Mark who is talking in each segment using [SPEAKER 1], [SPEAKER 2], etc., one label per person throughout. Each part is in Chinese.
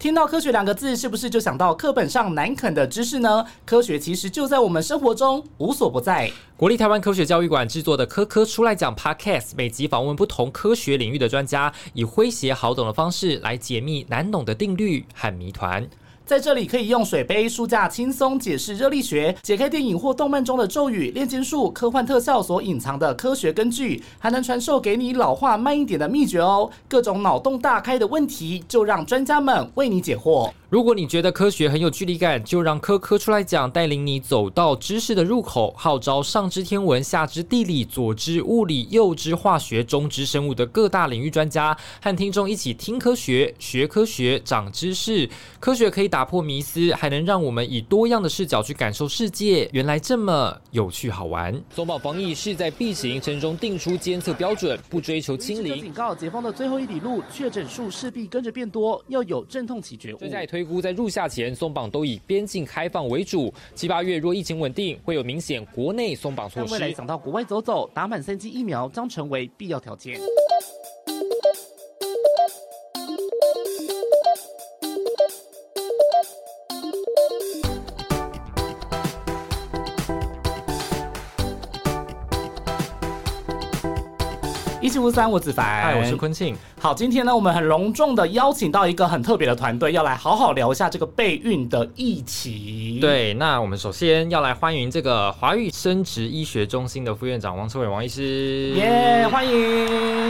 [SPEAKER 1] 听到科学两个字，是不是就想到课本上难啃的知识呢？科学其实就在我们生活中，无所不在。
[SPEAKER 2] 国立台湾科学教育馆制作的《科科出来讲》Podcast，每集访问不同科学领域的专家，以诙谐好懂的方式来解密难懂的定律和谜团。
[SPEAKER 1] 在这里可以用水杯、书架轻松解释热力学，解开电影或动漫中的咒语、炼金术、科幻特效所隐藏的科学根据，还能传授给你老化慢一点的秘诀哦。各种脑洞大开的问题，就让专家们为你解惑。
[SPEAKER 2] 如果你觉得科学很有距离感，就让科科出来讲，带领你走到知识的入口，号召上知天文、下知地理、左知物理、右知化学、中知生物的各大领域专家和听众一起听科学、学科学、长知识。科学可以打破迷思，还能让我们以多样的视角去感受世界，原来这么有趣好玩。松绑防疫势在必行，城中定出监测标准，不追求清
[SPEAKER 1] 这
[SPEAKER 2] 零
[SPEAKER 1] 警。告，解封的最后一里路，确诊数势必跟着变多，要有阵痛期觉悟
[SPEAKER 2] 专。家也推估，在入夏前松绑都以边境开放为主，七八月若疫情稳定，会有明显国内松绑措
[SPEAKER 1] 但未来
[SPEAKER 2] 施。
[SPEAKER 1] 想到国外走走，打满三剂疫苗将成为必要条件。一七五三，我子凡，
[SPEAKER 2] 嗨，我是昆庆。
[SPEAKER 1] 好，今天呢，我们很隆重的邀请到一个很特别的团队，要来好好聊一下这个备孕的议题。，
[SPEAKER 2] 对，那我们首先要来欢迎这个华育生殖医学中心的副院长王春伟王医师。
[SPEAKER 1] 耶、欢迎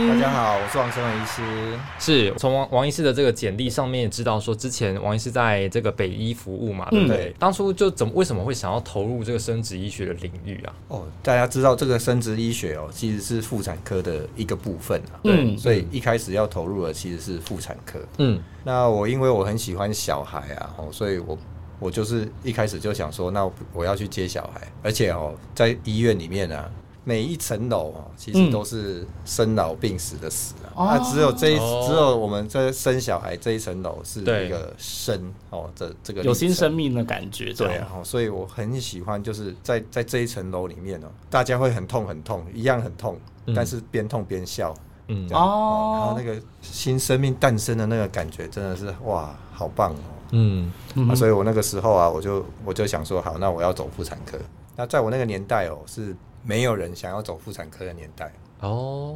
[SPEAKER 3] 大家好，我是王生文医师。
[SPEAKER 2] 是从王王医师的这个简历上面也知道，说之前王医师在这个北医服务嘛，对不对？
[SPEAKER 3] 嗯
[SPEAKER 2] 当初就怎么为什么会想要投入这个生殖医学的领域啊？
[SPEAKER 3] 哦，大家知道这个生殖医学哦，其实是妇产科的一个部分啊。
[SPEAKER 1] 嗯
[SPEAKER 3] 所以一开始要投入的其实是妇产科。
[SPEAKER 2] 嗯，
[SPEAKER 3] 那我因为我很喜欢小孩啊，哦，所以我我就是一开始就想说，那我要去接小孩，而且哦，在医院里面啊。每一层楼哦，其实
[SPEAKER 1] 嗯
[SPEAKER 3] 都是生老病死的死啊，
[SPEAKER 1] 哦
[SPEAKER 3] 那、只有这一、
[SPEAKER 2] 哦
[SPEAKER 3] 只有我们这生小孩这一层楼是一
[SPEAKER 2] 对
[SPEAKER 3] 个生哦，这这个
[SPEAKER 1] 有
[SPEAKER 3] 历
[SPEAKER 1] 新
[SPEAKER 3] 程
[SPEAKER 1] 生命的感觉，这
[SPEAKER 3] 对
[SPEAKER 1] 样
[SPEAKER 3] 啊，，哦所以我很喜欢，就是在在这一层楼里面哦，大家会很痛很痛，一样很痛，
[SPEAKER 2] 嗯
[SPEAKER 3] 但是边痛边笑。
[SPEAKER 2] 嗯
[SPEAKER 3] 这样
[SPEAKER 1] 哦
[SPEAKER 3] 然后那个新生命诞生的那个感觉，真的是哇，好棒哦！
[SPEAKER 2] 嗯，
[SPEAKER 1] 嗯
[SPEAKER 3] 啊所以我那个时候啊，我就我就想说，好，那我要走妇产科。那在我那个年代哦，是没有人想要走妇产科的年代。
[SPEAKER 2] 哦，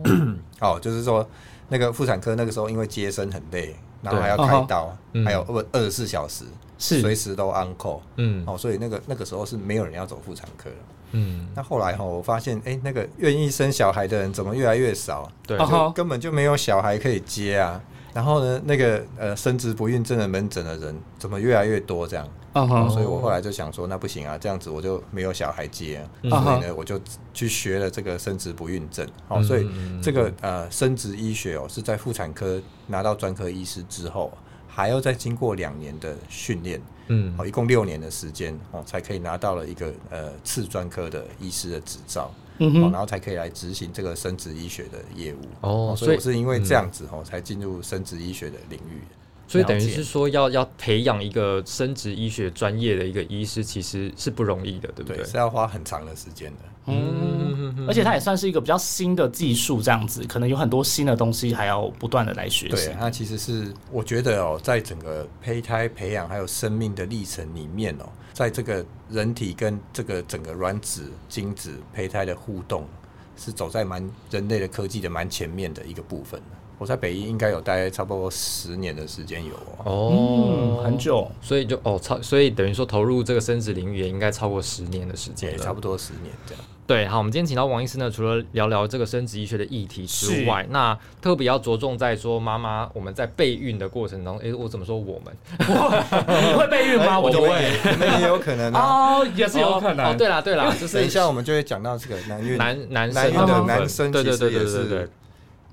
[SPEAKER 3] 哦，就是说那个妇产科那个时候因为接生很累，然后
[SPEAKER 2] 对
[SPEAKER 3] 还要
[SPEAKER 1] 哦
[SPEAKER 3] 开
[SPEAKER 1] 吼
[SPEAKER 3] 刀，
[SPEAKER 2] 嗯
[SPEAKER 3] 还有二二十四小时，随
[SPEAKER 1] 是
[SPEAKER 3] 时都 on call。
[SPEAKER 2] 嗯
[SPEAKER 3] 哦，所以那个那个时候是没有人要走妇产科了。
[SPEAKER 2] 嗯，
[SPEAKER 3] 那后来哈、我发现哎、诶那个愿意生小孩的人怎么越来越少？
[SPEAKER 2] 对
[SPEAKER 1] 哦，吼
[SPEAKER 3] 就根本就没有小孩可以接啊。然后呢，那个呃，生殖不孕症的门诊的人怎么越来越多这样？
[SPEAKER 1] 嗯
[SPEAKER 2] 哦
[SPEAKER 1] 哼，
[SPEAKER 3] 所以我后来就想说，那不行啊，这样子我就没有小孩接啊、
[SPEAKER 2] 嗯
[SPEAKER 3] 所以呢，我就去学了这个生殖不孕症。哦，
[SPEAKER 2] 嗯
[SPEAKER 3] 所以
[SPEAKER 2] 嗯嗯
[SPEAKER 3] 这个呃，生殖医学哦，是在妇产科拿到专科医师之后，还要再经过两年的训练。
[SPEAKER 2] 嗯
[SPEAKER 3] 哦，一共六年的时间哦，才可以拿到了一个呃次专科的医师的执照，
[SPEAKER 1] 嗯
[SPEAKER 3] 哦，然
[SPEAKER 1] 哼，
[SPEAKER 3] 后才可以来执行这个生殖医学的业务。
[SPEAKER 2] 哦
[SPEAKER 3] 所以我
[SPEAKER 2] 所以
[SPEAKER 3] 是因为这样子哦，才进入生殖医学的领域。
[SPEAKER 2] 所以
[SPEAKER 1] 了
[SPEAKER 2] 等于
[SPEAKER 1] 解
[SPEAKER 2] 是说要要培养一个生殖医学专业的一个医师，其实是不容易的，对不对？
[SPEAKER 3] 对，是要花很长的时间的。
[SPEAKER 1] 嗯，而且它也算是一个比较新的技术，这样子，可能有很多新的东西还要不断的来学
[SPEAKER 3] 对
[SPEAKER 1] 习
[SPEAKER 3] 啊，。那其实是我觉得哦，在整个胚胎培养还有生命的历程里面哦，在这个人体跟这个整个卵子、精子、胚胎的互动，是走在蛮人类的科技的蛮前面的一个部分。我在北医应该有大概差不多十年的时间有哦，
[SPEAKER 2] 哦
[SPEAKER 1] 嗯，，很。 久，
[SPEAKER 2] 所以就哦超，所以等于说投入这个生殖领域也应该超过十年的时间
[SPEAKER 3] 也
[SPEAKER 2] 了，
[SPEAKER 3] 差不多十年这样。
[SPEAKER 2] 对，好，我们今天请到王医师呢，除了聊聊这个生殖医学的议题之
[SPEAKER 1] 是
[SPEAKER 2] 外，那特别要着重在说妈妈我们在备孕的过程当中，诶，我怎么说我们？
[SPEAKER 1] 你会备孕吗？我就问。
[SPEAKER 3] 你哎们也有可能啊。
[SPEAKER 1] 哦，也是有可
[SPEAKER 2] 哦
[SPEAKER 1] 能。
[SPEAKER 2] 哦，对啦，对啦，就是
[SPEAKER 3] 等一下我们就会讲到这个男孕
[SPEAKER 2] 男男
[SPEAKER 3] 男
[SPEAKER 2] 生
[SPEAKER 3] 孕
[SPEAKER 2] 部
[SPEAKER 3] 的
[SPEAKER 2] 分
[SPEAKER 3] 男生，
[SPEAKER 2] 对
[SPEAKER 3] 其
[SPEAKER 2] 对
[SPEAKER 3] 实
[SPEAKER 2] 对
[SPEAKER 3] 也
[SPEAKER 2] 对对对
[SPEAKER 3] 是。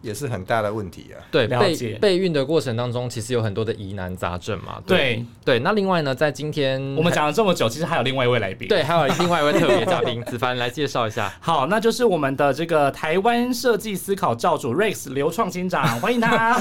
[SPEAKER 3] 也是很大的问题啊。
[SPEAKER 2] 对
[SPEAKER 1] 了
[SPEAKER 2] 备
[SPEAKER 1] 解
[SPEAKER 2] 备孕的过程当中，其实有很多的疑难杂症嘛。
[SPEAKER 1] 对
[SPEAKER 2] 对，那另外呢，在今天
[SPEAKER 1] 我们讲了这么久，其实还有另外一位来宾。
[SPEAKER 2] 对，还有另外一位特别嘉宾子凡来介绍一下。
[SPEAKER 1] 好，那就是我们的这个台湾设计思考教主 Rex 刘创新长，欢迎 他。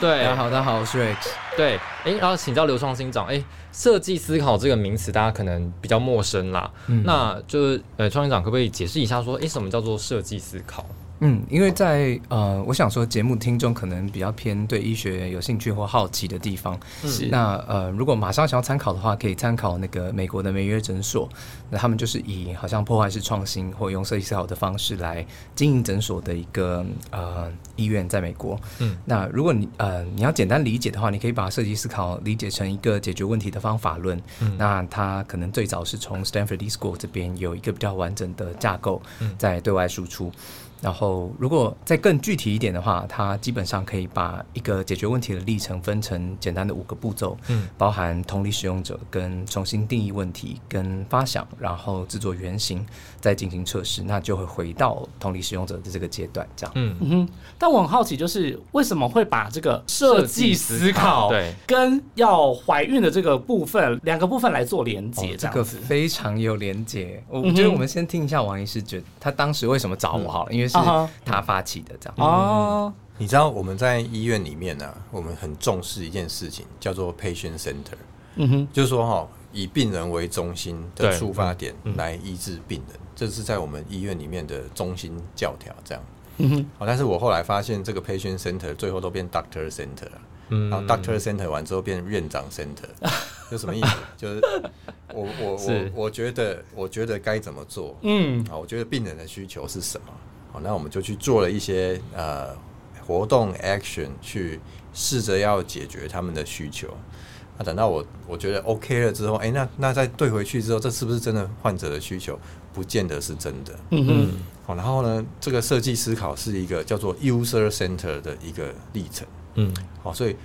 [SPEAKER 2] 对，
[SPEAKER 4] 大家好，大家好，我是 Rex。
[SPEAKER 2] 对，哎，然后请教刘创新长，哎，设计思考这个名词大家可能比较陌生啦，那就是呃，创新长可不可以解释一下说，哎，什么叫做设计思考？
[SPEAKER 4] 嗯，因为在呃，我想说节目听众可能比较偏对医学有兴趣或好奇的地方。
[SPEAKER 1] 是
[SPEAKER 4] 那呃，如果马上想要参考的话，可以参考那个美国的梅约诊所，那他们就是以好像破坏式创新或用设计思考的方式来经营诊所的一个呃医院，在美国。
[SPEAKER 2] 嗯，
[SPEAKER 4] 那如果你呃你要简单理解的话，你可以把设计思考理解成一个解决问题的方法论。嗯，那它可能最早是从 Stanford Lee School 这边有一个比较完整的架构，在对外输出。然后，如果再更具体一点的话，它基本上可以把一个解决问题的历程分成简单的五个步骤，
[SPEAKER 2] 嗯，
[SPEAKER 4] 包含同理使用者、跟重新定义问题、跟发想，然后制作原型，再进行测试，那就会回到同理使用者的这个阶段，这样。
[SPEAKER 2] 嗯，
[SPEAKER 1] 嗯哼，但我很好奇，就是为什么会把这个设计思考
[SPEAKER 2] 对
[SPEAKER 1] 跟要怀孕的这个部分两个部分来做连
[SPEAKER 4] 哦
[SPEAKER 1] 接，
[SPEAKER 4] 这
[SPEAKER 1] 样
[SPEAKER 4] 个
[SPEAKER 1] 子？
[SPEAKER 4] 非常有连结。我
[SPEAKER 1] 嗯
[SPEAKER 4] 我
[SPEAKER 1] 哼
[SPEAKER 4] 觉得我们先听一下王医师，觉得他当时为什么找我好了，因为是
[SPEAKER 1] 啊哈
[SPEAKER 4] 他发起的这样。
[SPEAKER 1] 哦，
[SPEAKER 3] 你知道我们在医院里面呢、我们很重视一件事情，叫做 patient center，
[SPEAKER 1] 嗯哼，
[SPEAKER 3] 就是说哈、以病人为中心的
[SPEAKER 2] 对
[SPEAKER 3] 出发点来医治病人，这是在我们医院里面的中心教条这样。
[SPEAKER 1] 嗯哼，
[SPEAKER 3] 好，但是我后来发现这个 patient center 最后都变 doctor center 了。
[SPEAKER 2] 嗯
[SPEAKER 3] 然后 Doctor Center 完之后变院长 Center，有什么意思？就是我我我
[SPEAKER 2] 是
[SPEAKER 3] 我觉得我觉得该怎么做
[SPEAKER 1] 嗯，
[SPEAKER 3] 啊？我觉得病人的需求是什么？好，那我们就去做了一些呃活动 action，去试着要解决他们的需求。那、等到我我觉得 OK 了之后，哎、那那再对回去之后，这是不是真的患者的需求？不见得是真的。
[SPEAKER 1] 嗯哼，
[SPEAKER 3] 好，然后呢，这个设计思考是一个叫做 user center 的一个历程。
[SPEAKER 2] 嗯
[SPEAKER 3] 好，哦所以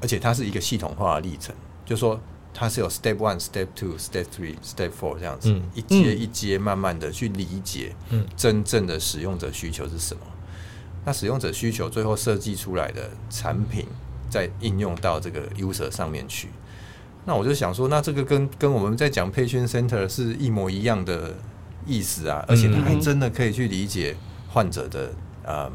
[SPEAKER 3] 而且它是一个系统化的历程，就说它是有 step one、step two、step three、step four 这样子，
[SPEAKER 2] 嗯
[SPEAKER 3] 一阶一阶慢慢的去理解，
[SPEAKER 2] 嗯
[SPEAKER 3] 真正的使用者需求是什么。那使用者需求最后设计出来的产品，再应用到这个 user 上面去。那我就想说，那这个跟跟我们在讲 patient center 是一模一样的意思啊，而且
[SPEAKER 1] 嗯
[SPEAKER 3] 它还真的可以去理解患者的呃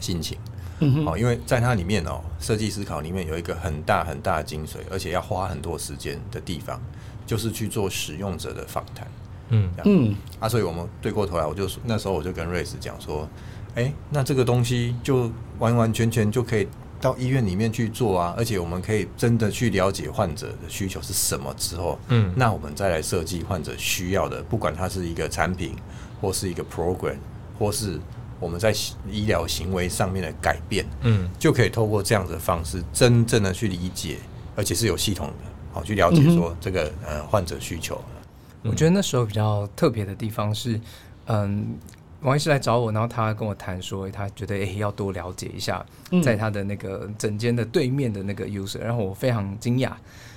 [SPEAKER 3] 心情。
[SPEAKER 1] 嗯哼，
[SPEAKER 3] 好，因为在它里面哦，设计思考里面有一个很大很大的精髓，而且要花很多时间的地方，就是去做使用者的访谈
[SPEAKER 2] 嗯
[SPEAKER 1] 嗯，
[SPEAKER 3] 啊。所以我们对过头来，我就说那时候我就跟瑞斯讲说，哎、那这个东西就完完全全就可以到医院里面去做啊，而且我们可以真的去了解患者的需求是什么之后，
[SPEAKER 2] 嗯
[SPEAKER 3] 那我们再来设计患者需要的，不管它是一个产品，或是一个 program，或是我们在医疗行为上面的改变。
[SPEAKER 2] 嗯
[SPEAKER 3] 就可以透过这样子的方式，真正的去理解，而且是有系统的，好去了解说这个、呃患者需求。
[SPEAKER 4] 我觉得那时候比较特别的地方是，嗯，王医师来找我，然后他跟我谈说，他觉得诶、要多了解一下，在他的那个诊间的对面的那个 user，然后我非常惊讶，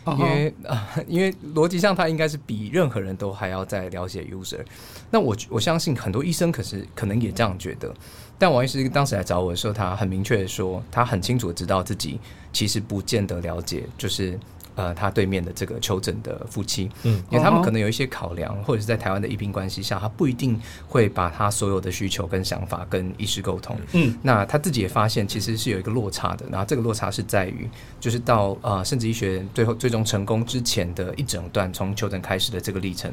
[SPEAKER 1] 嗯
[SPEAKER 4] 因
[SPEAKER 1] 哼
[SPEAKER 4] 为 啊、因为逻辑上他应该是比任何人都还要再了解 user。那我我相信很多医生可是可能也这样觉得，但王医师当时来找我的时候，他很明确的说，他很清楚地知道自己其实不见得了解，就是呃他对面的这个求诊的夫妻，
[SPEAKER 2] 嗯，
[SPEAKER 4] 因为他们
[SPEAKER 1] 嗯哼
[SPEAKER 4] 可能有一些考量，或者是在台湾的医病关系下，他不一定会把他所有的需求跟想法跟医师沟通。
[SPEAKER 1] 嗯，
[SPEAKER 4] 那他自己也发现其实是有一个落差的，然后这个落差是在于，就是到呃甚至医学最后最终成功之前的一整段从求诊开始的这个历程，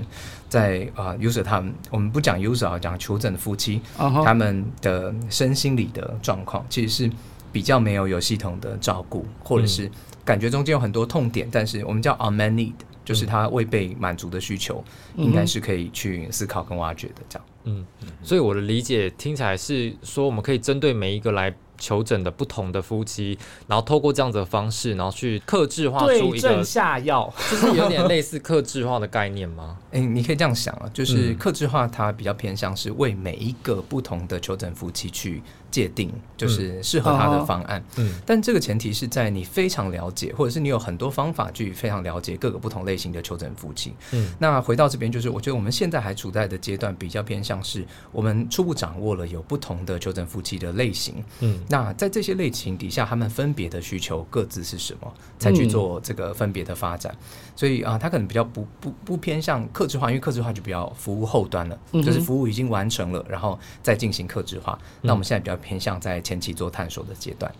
[SPEAKER 4] 在啊、呃 user 他们我们不讲 user 啊，讲求诊夫妻，
[SPEAKER 1] 嗯哼
[SPEAKER 4] 他们的身心理的状况其实是比较没有有系统的照顾，或者是感觉中间有很多痛点，但是我们叫 unmet need，就是他未被满足的需求，应该是可以去思考跟挖掘的这样。
[SPEAKER 2] 嗯，所以我的理解听起来是说，我们可以针对每一个来求诊的不同的夫妻，然后透过这样子的方式，然后去克制化出
[SPEAKER 1] 对
[SPEAKER 2] 一个
[SPEAKER 1] 症，下药，
[SPEAKER 2] 就是有点类似克制化的概念吗？
[SPEAKER 4] 诶，你可以这样想啊，就是
[SPEAKER 2] 嗯
[SPEAKER 4] 克制化，它比较偏向是为每一个不同的求诊夫妻去界定，就是适合他的方案。
[SPEAKER 2] 嗯
[SPEAKER 4] 但这个前提是在你非常了解，或者是你有很多方法去非常了解各个不同类型的求诊夫妻。
[SPEAKER 2] 嗯，
[SPEAKER 4] 那回到这边，就是我觉得我们现在还处在的阶段比较偏向是我们初步掌握了有不同的求诊夫妻的类型。
[SPEAKER 2] 嗯
[SPEAKER 4] 那在这些类型底下，他们分别的需求各自是什么，才去做这个分别的发展。所以啊，它可能比较不不不偏向客制化，因为客制化就比较服务后端了，
[SPEAKER 1] 嗯哼
[SPEAKER 4] 就是服务已经完成了，然后再进行客制化。那我们现在比较偏向在前期做探索的阶段。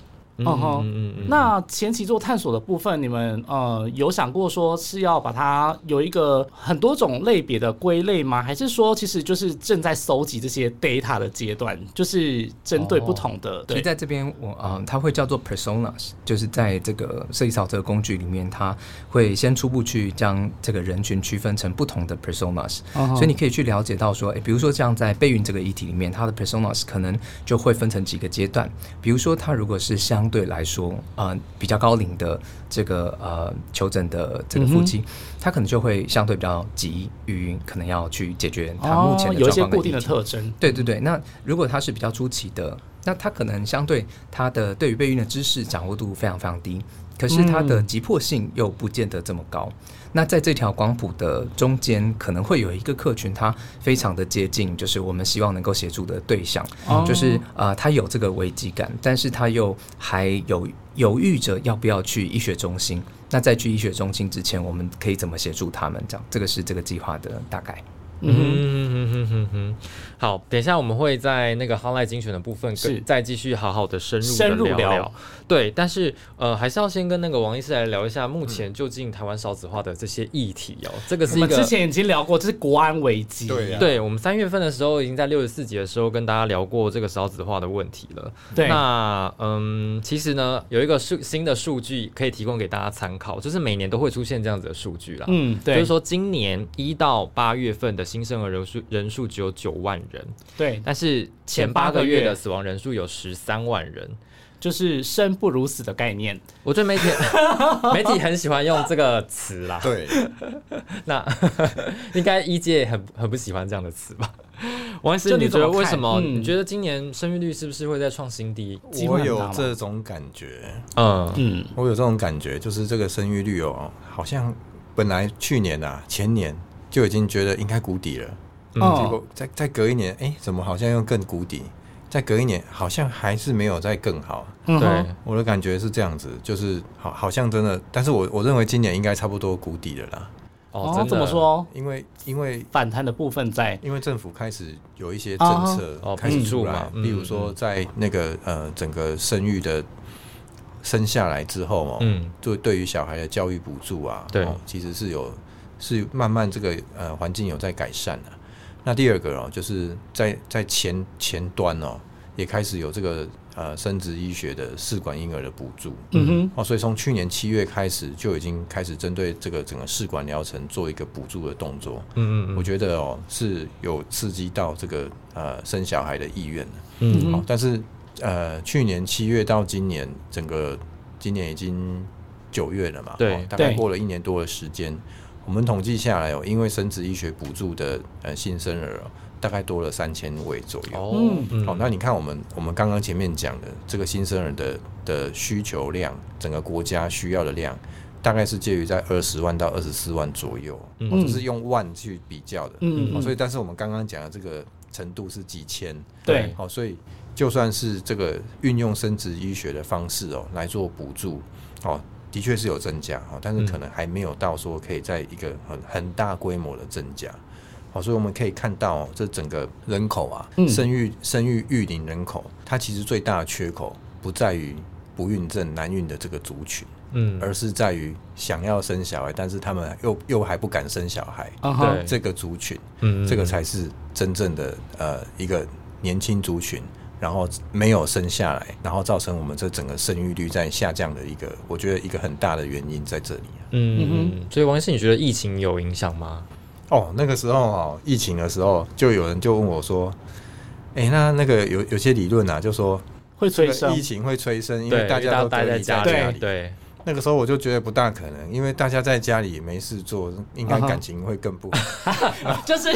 [SPEAKER 1] 嗯
[SPEAKER 2] 嗯
[SPEAKER 1] 哼
[SPEAKER 2] 嗯嗯
[SPEAKER 1] 那前期做探索的部分，你们呃有想过说是要把它有一个很多种类别的归类吗？还是说其实就是正在搜集这些 data 的阶段，就是针对不同的、
[SPEAKER 4] 哦其实
[SPEAKER 1] 对
[SPEAKER 4] 在这边我啊、呃它会叫做 personas，就是在这个设计扫这个工具里面，它会先初步去将这个人群区分成不同的 personas，、
[SPEAKER 1] 嗯哼
[SPEAKER 4] 所以你可以去了解到说，诶，比如说像在备孕这个议题里面，它的 personas 可能就会分成几个阶段，比如说它如果是相对来说呃比较高龄的这个呃求诊的这个夫
[SPEAKER 1] 嗯
[SPEAKER 4] 妻，他可能就会相对比较急于可能要去解决他目前
[SPEAKER 1] 哦
[SPEAKER 4] 的
[SPEAKER 1] 有一
[SPEAKER 4] 状
[SPEAKER 1] 些
[SPEAKER 4] 况跟
[SPEAKER 1] 固
[SPEAKER 4] 议
[SPEAKER 1] 定的
[SPEAKER 4] 题。
[SPEAKER 1] 特征，
[SPEAKER 4] 对对对，那如果他是比较初期的，那他可能相对他的对于备孕的知识掌握度非常非常低，可是他的
[SPEAKER 1] 嗯
[SPEAKER 4] 急迫性又不见得这么高。那在这条光谱的中间，可能会有一个客群，他非常的接近，就是我们希望能够协助的对象，
[SPEAKER 1] 哦
[SPEAKER 4] 就是呃，他有这个危机感，但是他又还有犹豫着要不要去医学中心。那在去医学中心之前，我们可以怎么协助他们？这样，这个是这个计划的大概。
[SPEAKER 2] 嗯
[SPEAKER 1] 嗯哼。
[SPEAKER 2] 嗯嗯嗯嗯，好，等一下我们会在那个 highlight 精选的部分
[SPEAKER 1] 是
[SPEAKER 2] 跟再继续好好的深入地
[SPEAKER 1] 深入
[SPEAKER 2] 聊
[SPEAKER 1] 聊
[SPEAKER 2] 对，但是呃，还是要先跟那个王医师来聊一下目前究竟台湾少子化的这些议题哦，这个
[SPEAKER 1] 嗯我
[SPEAKER 2] 是一
[SPEAKER 1] 们
[SPEAKER 2] 个
[SPEAKER 1] 之前已经聊过，这是国安危机。
[SPEAKER 3] 对啊
[SPEAKER 2] 对，我们三月份的时候已经在六十四集的时候跟大家聊过这个少子化的问题了。
[SPEAKER 1] 对
[SPEAKER 2] 那嗯，其实呢有一个数新的数据可以提供给大家参考，就是每年都会出现这样子的数据啦。
[SPEAKER 1] 嗯，对，
[SPEAKER 2] 就是说，今年一到八月份的新生儿人数人数只有九万人，
[SPEAKER 1] 对，
[SPEAKER 2] 但是前
[SPEAKER 1] 前
[SPEAKER 2] 八
[SPEAKER 1] 八
[SPEAKER 2] 个
[SPEAKER 1] 个
[SPEAKER 2] 月
[SPEAKER 1] 月
[SPEAKER 2] 的死亡人数有十三万人。
[SPEAKER 1] 就是生不如死的概念。
[SPEAKER 2] 我觉得媒体 媒体很喜欢用这个词啦，
[SPEAKER 3] 对，
[SPEAKER 2] 那 应该一届很很不喜欢这样的词吧？ 王医师，
[SPEAKER 1] 就你
[SPEAKER 2] 你觉
[SPEAKER 1] 怎
[SPEAKER 2] 得
[SPEAKER 1] 么看
[SPEAKER 2] 为什么？
[SPEAKER 1] 嗯
[SPEAKER 2] 你觉得今年生育率是不是会再创新低？
[SPEAKER 1] 机会
[SPEAKER 3] 我
[SPEAKER 1] 很大
[SPEAKER 3] 有
[SPEAKER 1] 嘛
[SPEAKER 3] 这种感觉，
[SPEAKER 2] 嗯
[SPEAKER 1] 嗯，
[SPEAKER 3] 我有这种感觉，就是这个生育率哦，好像本来去年啊、前年就已经觉得应该谷底了，
[SPEAKER 2] 嗯
[SPEAKER 1] 哦
[SPEAKER 3] 结果再再隔一年，哎、怎么好像又更谷底？再隔一年，好像还是没有再更好。
[SPEAKER 1] 嗯
[SPEAKER 2] 对
[SPEAKER 1] 哼，，
[SPEAKER 3] 我的感觉是这样子，就是好，好像真的，但是我我认为今年应该差不多谷底了啦，
[SPEAKER 2] 哦，真的
[SPEAKER 1] 怎么？说？
[SPEAKER 3] 因为因为
[SPEAKER 1] 反弹的部分在，
[SPEAKER 3] 因为政府开始有一些政策
[SPEAKER 2] 哦
[SPEAKER 3] 开始
[SPEAKER 2] 补助
[SPEAKER 3] 出来，
[SPEAKER 2] 嘛嗯
[SPEAKER 3] 例如说在那个呃整个生育的生下来之后哦，
[SPEAKER 2] 嗯
[SPEAKER 3] 就对于小孩的教育补助啊，
[SPEAKER 2] 对
[SPEAKER 3] 哦其实是有是慢慢这个呃环境有在改善了、那第二个哦，就是在在前前端哦，也开始有这个呃生殖医学的试管婴儿的补助，
[SPEAKER 1] 嗯哼，
[SPEAKER 3] 哦，所以从去年七月开始就已经开始针对这个整个试管疗程做一个补助的动作。
[SPEAKER 2] 嗯
[SPEAKER 3] 我觉得哦是有刺激到这个呃生小孩的意愿的。
[SPEAKER 2] 嗯
[SPEAKER 1] 嗯
[SPEAKER 3] 好、但是呃去年七月到今年，整个今年已经九月了嘛，
[SPEAKER 2] 对
[SPEAKER 3] 哦大概
[SPEAKER 1] 对
[SPEAKER 3] 过了一年多的时间。我们统计下来哦，因为生殖医学补助的呃新生儿、哦、大概多了三千位左右。
[SPEAKER 2] 哦
[SPEAKER 1] 嗯
[SPEAKER 2] 嗯
[SPEAKER 3] 好、那你看我们我们刚刚前面讲的这个新生儿的的需求量，整个国家需要的量，大概是介于在二十万到二十四万左右，
[SPEAKER 2] 嗯
[SPEAKER 3] 嗯、就是用万去比较的。哦
[SPEAKER 1] 嗯
[SPEAKER 3] 好所以
[SPEAKER 1] 嗯，
[SPEAKER 3] 但是我们刚刚讲的这个程度是几千，
[SPEAKER 1] 对，
[SPEAKER 3] 好、所以就算是这个运用生殖医学的方式哦来做补助，哦，的确是有增加哦，但是可能还没有到说可以在一个很很大规模的增加。好、所以我们可以看到、哦、这整个人口啊，
[SPEAKER 1] 嗯
[SPEAKER 3] 生育生育育龄人口，它其实最大的缺口不在于不孕症、难孕的这个族群，
[SPEAKER 2] 嗯
[SPEAKER 3] 而是在于想要生小孩，但是他们又又还不敢生小孩
[SPEAKER 1] 嗯哼
[SPEAKER 2] 对，
[SPEAKER 3] 这个族群。
[SPEAKER 2] 嗯
[SPEAKER 3] 这个才是真正的呃一个年轻族群，然后没有生下来，然后造成我们这整个生育率在下降的一个，我觉得一个很大的原因在这里啊、
[SPEAKER 2] 嗯嗯，所以王医师，你觉得疫情有影响吗？
[SPEAKER 3] 哦，那个时候哦，疫情的时候，就有人就问我说：“哎、那那个有有些理论啊，就说
[SPEAKER 1] 会
[SPEAKER 3] 这
[SPEAKER 1] 催
[SPEAKER 3] 个
[SPEAKER 1] 生
[SPEAKER 3] 疫，情会催生，因
[SPEAKER 2] 对，
[SPEAKER 3] 为大家都
[SPEAKER 2] 待
[SPEAKER 3] 隔
[SPEAKER 2] 在
[SPEAKER 3] 离在
[SPEAKER 2] 家
[SPEAKER 3] 家
[SPEAKER 2] 里，啊
[SPEAKER 3] 里。
[SPEAKER 2] 对，”
[SPEAKER 3] 那个时候我就觉得不大可能，因为大家在家里也没事做，应该
[SPEAKER 1] 啊哈
[SPEAKER 3] 感情会更不好。
[SPEAKER 1] 就是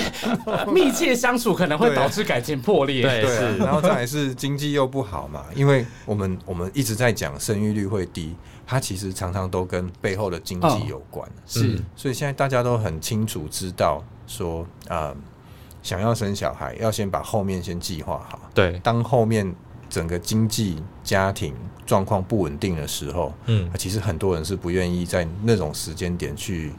[SPEAKER 1] 密切相处可能会
[SPEAKER 3] 对啊
[SPEAKER 1] 导致感情破裂。
[SPEAKER 2] 对
[SPEAKER 3] 对、啊
[SPEAKER 2] 是，
[SPEAKER 3] 然后再来是经济又不好嘛， 因为我们我们一直在讲生育率会低，它其实常常都跟背后的经济有关，
[SPEAKER 1] 是
[SPEAKER 2] 嗯
[SPEAKER 3] 所以现在大家都很清楚知道说啊、呃想要生小孩要先把后面先计划好，
[SPEAKER 2] 对，
[SPEAKER 3] 当后面整个经济家庭状况不稳定的时候，
[SPEAKER 2] 嗯
[SPEAKER 3] 其实很多人是不愿意在那种时间点去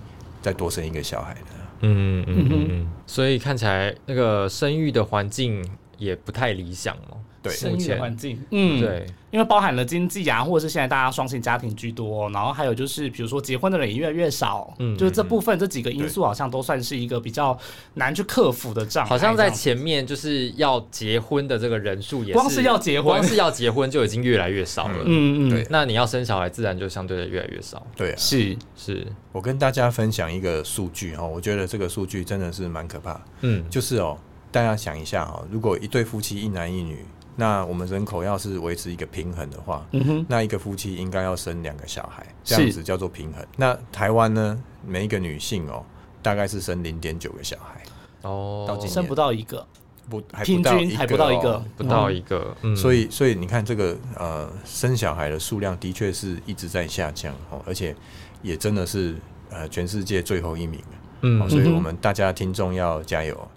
[SPEAKER 3] 再多生一个小孩的。
[SPEAKER 2] 嗯嗯
[SPEAKER 1] 嗯
[SPEAKER 2] 嗯，所以看起来那个生育的环境也不太理想哦。
[SPEAKER 3] 对
[SPEAKER 1] 生育的环境，嗯，
[SPEAKER 2] 对，
[SPEAKER 1] 因为包含了经济啊，或者是现在大家双性家庭居多，然后还有就是比如说结婚的人也越来越少，嗯，就是这部分这几个因素好像都算是一个比较难去克服的障碍，
[SPEAKER 2] 好像在
[SPEAKER 1] 这样
[SPEAKER 2] 前面就是要结婚的这个人数也是
[SPEAKER 1] 光是要结婚
[SPEAKER 2] 光是要结婚就已经越来越少了。
[SPEAKER 1] 嗯嗯，
[SPEAKER 3] 对啊
[SPEAKER 2] 那你要生小孩，自然就相对的越来越少。
[SPEAKER 3] 对啊，
[SPEAKER 1] 是，
[SPEAKER 2] 是，
[SPEAKER 3] 我跟大家分享一个数据哈、哦，我觉得这个数据真的是蛮可怕的。
[SPEAKER 2] 嗯，
[SPEAKER 3] 就是哦，大家想一下哦，如果一对夫妻一男一女，那我们人口要是维持一个平衡的话，
[SPEAKER 1] 嗯哼，
[SPEAKER 3] 那一个夫妻应该要生两个小孩，
[SPEAKER 1] 是
[SPEAKER 3] 这样子叫做平衡。那台湾呢，每一个女性哦，大概是生零点九个小孩，
[SPEAKER 2] 哦，
[SPEAKER 3] 到今年
[SPEAKER 1] 生不到一个，
[SPEAKER 3] 不还
[SPEAKER 1] 平
[SPEAKER 3] 不到
[SPEAKER 1] 均
[SPEAKER 3] 一
[SPEAKER 1] 还不到一
[SPEAKER 3] 哦
[SPEAKER 1] 个
[SPEAKER 2] 不到一个，嗯，
[SPEAKER 3] 所
[SPEAKER 2] 以
[SPEAKER 3] 以，所以你看，这个呃，生小孩的数量的确是一直在下降哦，而且也真的是呃，全世界最后一名了、哦，
[SPEAKER 2] 嗯，
[SPEAKER 3] 所以
[SPEAKER 1] 嗯哼
[SPEAKER 3] 我们大家听众要加油哦。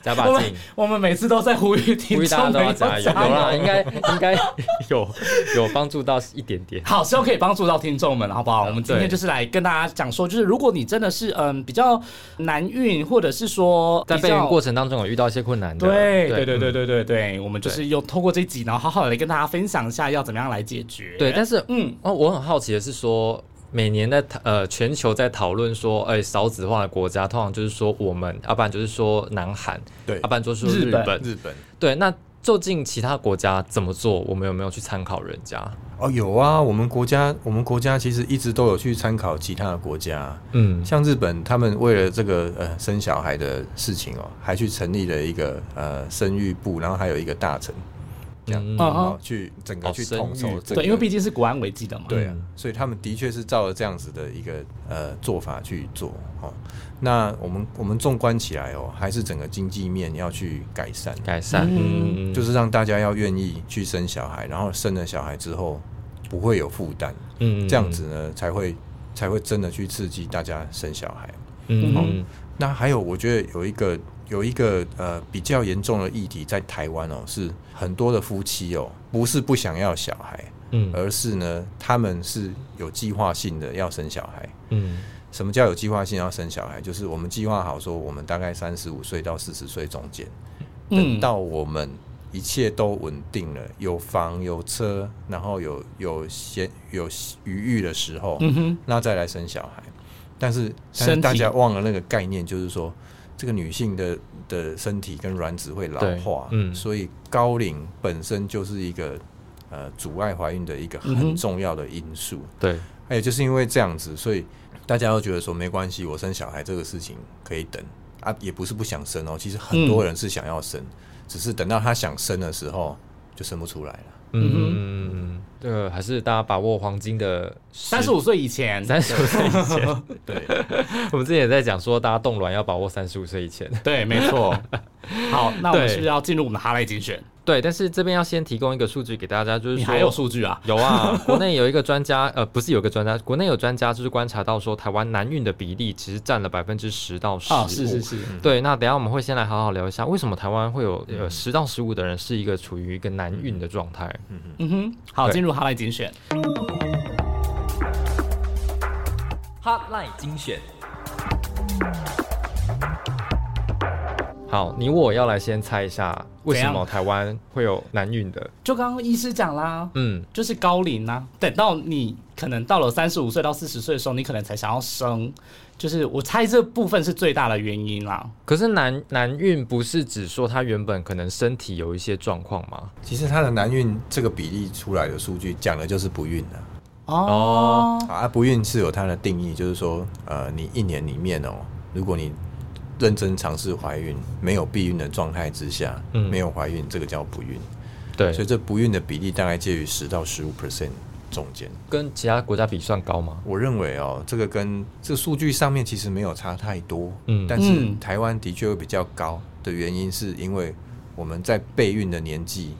[SPEAKER 2] 加
[SPEAKER 1] 我
[SPEAKER 2] 把
[SPEAKER 1] 们
[SPEAKER 2] 劲。
[SPEAKER 1] 我们每次都在呼吁听
[SPEAKER 2] 呼吁大家
[SPEAKER 1] 众
[SPEAKER 2] 都
[SPEAKER 1] 们
[SPEAKER 2] 要
[SPEAKER 1] 要
[SPEAKER 2] 加
[SPEAKER 1] 加
[SPEAKER 2] 油，有啦，
[SPEAKER 1] 油。
[SPEAKER 2] 应该应该 有有帮助到一点点。
[SPEAKER 1] 好，希望可以帮助到听众们，好不好？我们今天
[SPEAKER 2] 对
[SPEAKER 1] 就是来跟大家讲说，就是如果你真的是嗯比较难运，或者是说
[SPEAKER 2] 在
[SPEAKER 1] 比
[SPEAKER 2] 备
[SPEAKER 1] 较
[SPEAKER 2] 孕过程当中有遇到一些困难的，
[SPEAKER 1] 对对对
[SPEAKER 2] 嗯
[SPEAKER 1] 对对对对，我们就是用透过这一集，然后好好来跟大家分享一下要怎么样来解决。
[SPEAKER 2] 对，但是
[SPEAKER 1] 嗯，
[SPEAKER 2] 哦，我很好奇的是说，每年在讨呃全球在讨论说，哎、少子化的国家，通常就是说我们，啊要不然就是说南韩，啊
[SPEAKER 3] 对
[SPEAKER 2] 要不然就是说
[SPEAKER 1] 日
[SPEAKER 2] 呃日
[SPEAKER 1] 本
[SPEAKER 2] 本，
[SPEAKER 3] 日本
[SPEAKER 2] 对，那究竟其他国家怎么做？我们有没有去参考人家？
[SPEAKER 3] 哦，有啊，我们国家我们国家其实一直都有去参考其他的国家，
[SPEAKER 2] 嗯，
[SPEAKER 3] 像日本，他们为了这个呃生小孩的事情哦，还去成立了一个呃生育部，然后还有一个大臣，这样、
[SPEAKER 2] 嗯
[SPEAKER 1] 啊哈
[SPEAKER 3] 哦去整个
[SPEAKER 2] 哦
[SPEAKER 3] 去
[SPEAKER 2] 生
[SPEAKER 3] 统筹
[SPEAKER 2] 育
[SPEAKER 3] 这个，
[SPEAKER 1] 对，因为毕竟是国安危机的嘛。
[SPEAKER 3] 对啊，所以他们的确是照着这样子的一个呃做法去做哦。那我们我们纵观起来哦，还是整个经济面要去改善，
[SPEAKER 2] 改善，
[SPEAKER 1] 嗯
[SPEAKER 2] 嗯，嗯
[SPEAKER 3] 就是让大家要愿意去生小孩，然后生了小孩之后不会有负担，
[SPEAKER 2] 嗯
[SPEAKER 3] 这样子，呢才会才会真的去刺激大家生小孩。
[SPEAKER 2] 嗯
[SPEAKER 1] 好
[SPEAKER 2] 嗯
[SPEAKER 3] 那还有，我觉得有一个有一个呃比较严重的议题在台湾哦，是很多的夫妻哦，不是不想要小孩，
[SPEAKER 2] 嗯
[SPEAKER 3] 而是呢他们是有计划性的要生小孩。
[SPEAKER 2] 嗯
[SPEAKER 3] 什么叫有计划性要生小孩？就是我们计划好说，我们大概三十五岁到四十岁中间，等
[SPEAKER 1] 嗯，
[SPEAKER 3] 到我们一切都稳定了，有房有车，然后有有闲有余裕的时候，
[SPEAKER 1] 嗯哼，
[SPEAKER 3] 那再来生小孩。但是，
[SPEAKER 1] 身
[SPEAKER 3] 但是
[SPEAKER 1] 体
[SPEAKER 3] 大家忘了那个概念，就是说，这个女性的的身体跟卵子会老
[SPEAKER 2] 对
[SPEAKER 3] 化，
[SPEAKER 2] 嗯
[SPEAKER 3] 所以高龄本身就是一个呃阻碍怀孕的一个
[SPEAKER 1] 嗯哼
[SPEAKER 3] 很重要的因素。
[SPEAKER 2] 对，嗯
[SPEAKER 3] 还有哎就是因为这样子，所以大家都觉得说没关系，我生小孩这个事情可以等啊，也不是不想生哦。其实很
[SPEAKER 2] 嗯
[SPEAKER 3] 多人是想要生，只是等到他想生的时候就生不出来了。
[SPEAKER 1] 嗯哼
[SPEAKER 2] 嗯嗯，这个还是大家把握黄金的
[SPEAKER 1] 三十五岁以前，
[SPEAKER 2] 三十五岁以前，
[SPEAKER 3] 对，
[SPEAKER 2] 我们之前也在讲说，大家冻卵要把握三十五岁以前。
[SPEAKER 1] 对，没错。好，那我们
[SPEAKER 2] 对
[SPEAKER 1] 是不是要进入我们的哈雷精选？
[SPEAKER 2] 对，但是这边要先提供一个数据给大家，就是
[SPEAKER 1] 你
[SPEAKER 2] 说
[SPEAKER 1] 还有数据啊？
[SPEAKER 2] 有啊，国内有一个专家，呃，不是有一个专家，国内有专家就是观察到说，台湾男孕的比例其实占了百分之十到十五、嗯
[SPEAKER 1] 啊，是是是，
[SPEAKER 2] 对，那等一下我们会先来好好聊一下，为什么台湾会有呃十到十五的人是一个处于一个男孕的状态？
[SPEAKER 1] 嗯哼，好，
[SPEAKER 2] 对
[SPEAKER 1] 进入哈雷精选。
[SPEAKER 2] Hotline 精选。嗯好，你我要来先猜一下，为什
[SPEAKER 1] 怎
[SPEAKER 2] 么
[SPEAKER 1] 样
[SPEAKER 2] 台湾会有男孕 的？
[SPEAKER 1] 就刚刚医师讲啦，
[SPEAKER 2] 嗯，
[SPEAKER 1] 就是高龄啊，等到你可能到了三十五岁到四十岁的时候，你可能才想要生，就是我猜这部分是最大的原因啦。
[SPEAKER 2] 可是男男孕不是指说他原本可能身体有一些状况吗？
[SPEAKER 3] 其实他的男孕这个比例出来的数据讲的就是不孕啊。
[SPEAKER 1] 哦，
[SPEAKER 3] 好啊，不孕是有它的定义，就是说，呃，你一年里面哦，如果你认真尝试怀孕，没有避孕的状态之下，
[SPEAKER 2] 嗯
[SPEAKER 3] 没有怀孕，这个叫不孕。
[SPEAKER 2] 对
[SPEAKER 3] 所以这不孕的比例大概介于十到十五 percent 中间。
[SPEAKER 2] 跟其他国家比算 高吗？
[SPEAKER 3] 我认为哦，这个跟这数据上面其实没有差太多，
[SPEAKER 2] 嗯
[SPEAKER 3] 但是
[SPEAKER 1] 嗯
[SPEAKER 3] 台湾的确会比较高的原因，是因为我们在备孕的年纪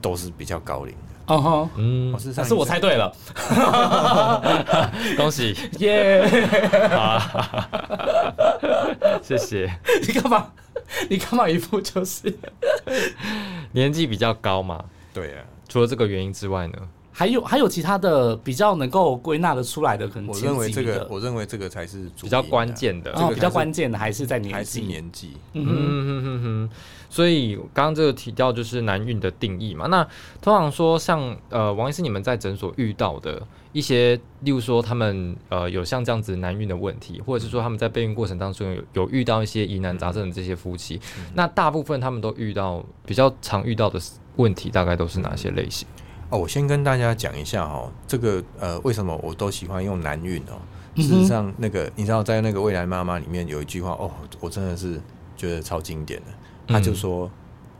[SPEAKER 3] 都是比较高龄的。
[SPEAKER 1] 嗯哼，
[SPEAKER 2] 嗯
[SPEAKER 3] 哦，，是
[SPEAKER 1] 但
[SPEAKER 3] 上
[SPEAKER 1] 是我
[SPEAKER 3] 一次
[SPEAKER 1] 猜对了，
[SPEAKER 2] 恭喜，
[SPEAKER 1] 耶！
[SPEAKER 2] 谢谢。
[SPEAKER 1] 你干嘛？你干嘛一副就是
[SPEAKER 2] 年纪比较高嘛，
[SPEAKER 3] 对啊，
[SPEAKER 2] 除了这个原因之外呢？
[SPEAKER 1] 还有还有其他的比较能够归纳的出来的，可能
[SPEAKER 3] 我
[SPEAKER 1] 前
[SPEAKER 3] 认为
[SPEAKER 1] 几
[SPEAKER 3] 这
[SPEAKER 1] 名
[SPEAKER 3] 个
[SPEAKER 1] 的，
[SPEAKER 3] 我认为这个才是主
[SPEAKER 2] 比较
[SPEAKER 3] 因啊
[SPEAKER 2] 关键的
[SPEAKER 3] 这
[SPEAKER 1] 哦，
[SPEAKER 3] 个
[SPEAKER 1] 比较
[SPEAKER 3] 还是
[SPEAKER 1] 关键的还是在年
[SPEAKER 3] 还是
[SPEAKER 1] 纪，
[SPEAKER 3] 年纪。
[SPEAKER 2] 嗯哼哼哼，所以刚刚这个提到就是男孕的定义嘛。那通常说像呃王医师你们在诊所遇到的一些，例如说他们呃有像这样子男孕的问题，或者是说他们在备孕过程当中有有遇到一些疑难杂症的这些夫妻，
[SPEAKER 3] 嗯
[SPEAKER 2] 那大部分他们都遇到比较常遇到的问题，大概都是哪些类型？
[SPEAKER 3] 哦，我先跟大家讲一下哦，这个呃，为什么我都喜欢用男孕哦？
[SPEAKER 1] 嗯
[SPEAKER 3] 事
[SPEAKER 1] 哼
[SPEAKER 3] 实上，那个你知道，在那个未来妈妈里面有一句话哦，我真的是觉得超经典的，
[SPEAKER 1] 嗯
[SPEAKER 3] 她就说。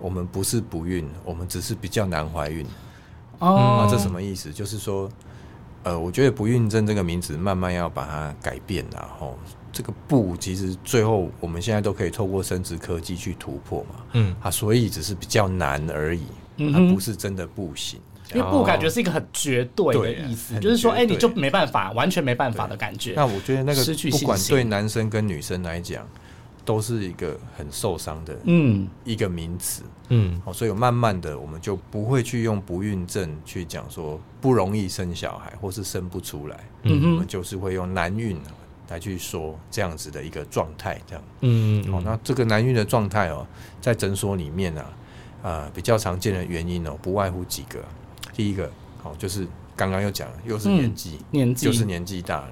[SPEAKER 3] 我们不是不孕，我们只是比较难怀孕。
[SPEAKER 1] 哦
[SPEAKER 3] 那、嗯啊这什么意思？就是说，呃，我觉得“不孕症”这个名字慢慢要把它改变啦。吼，这个“不”其实最后我们现在都可以透过生殖科技去突破嘛。
[SPEAKER 2] 嗯，
[SPEAKER 3] 啊，所以只是比较难而已，
[SPEAKER 1] 嗯
[SPEAKER 3] 它
[SPEAKER 1] 哼
[SPEAKER 3] 不是真的不行。
[SPEAKER 1] 因为不感觉是一个很绝对的意思，
[SPEAKER 3] 对啊
[SPEAKER 1] 就是说，哎、
[SPEAKER 3] 很绝
[SPEAKER 1] 你
[SPEAKER 3] 对
[SPEAKER 1] 就没办法，完全没办法的感觉。
[SPEAKER 3] 那我觉得那
[SPEAKER 1] 失去
[SPEAKER 3] 个不
[SPEAKER 1] 信
[SPEAKER 3] 管
[SPEAKER 1] 心
[SPEAKER 3] 对男生跟女生来讲，都是一个很受伤的
[SPEAKER 1] 嗯，
[SPEAKER 3] 一个名词。哦
[SPEAKER 2] 嗯
[SPEAKER 3] 好，所以慢慢的我们就不会去用不孕症去讲说不容易生小孩或是生不出来，
[SPEAKER 1] 嗯哼
[SPEAKER 3] 我们就是会用难孕来去说这样子的一个状态，这样。
[SPEAKER 2] 嗯，
[SPEAKER 3] 好、那这个难孕的状态哦，在诊所里面啊，呃，比较常见的原因哦，不外乎几个。第一个，好、就是刚刚又讲了，又是年纪，
[SPEAKER 1] 年纪
[SPEAKER 3] 就是年纪大了。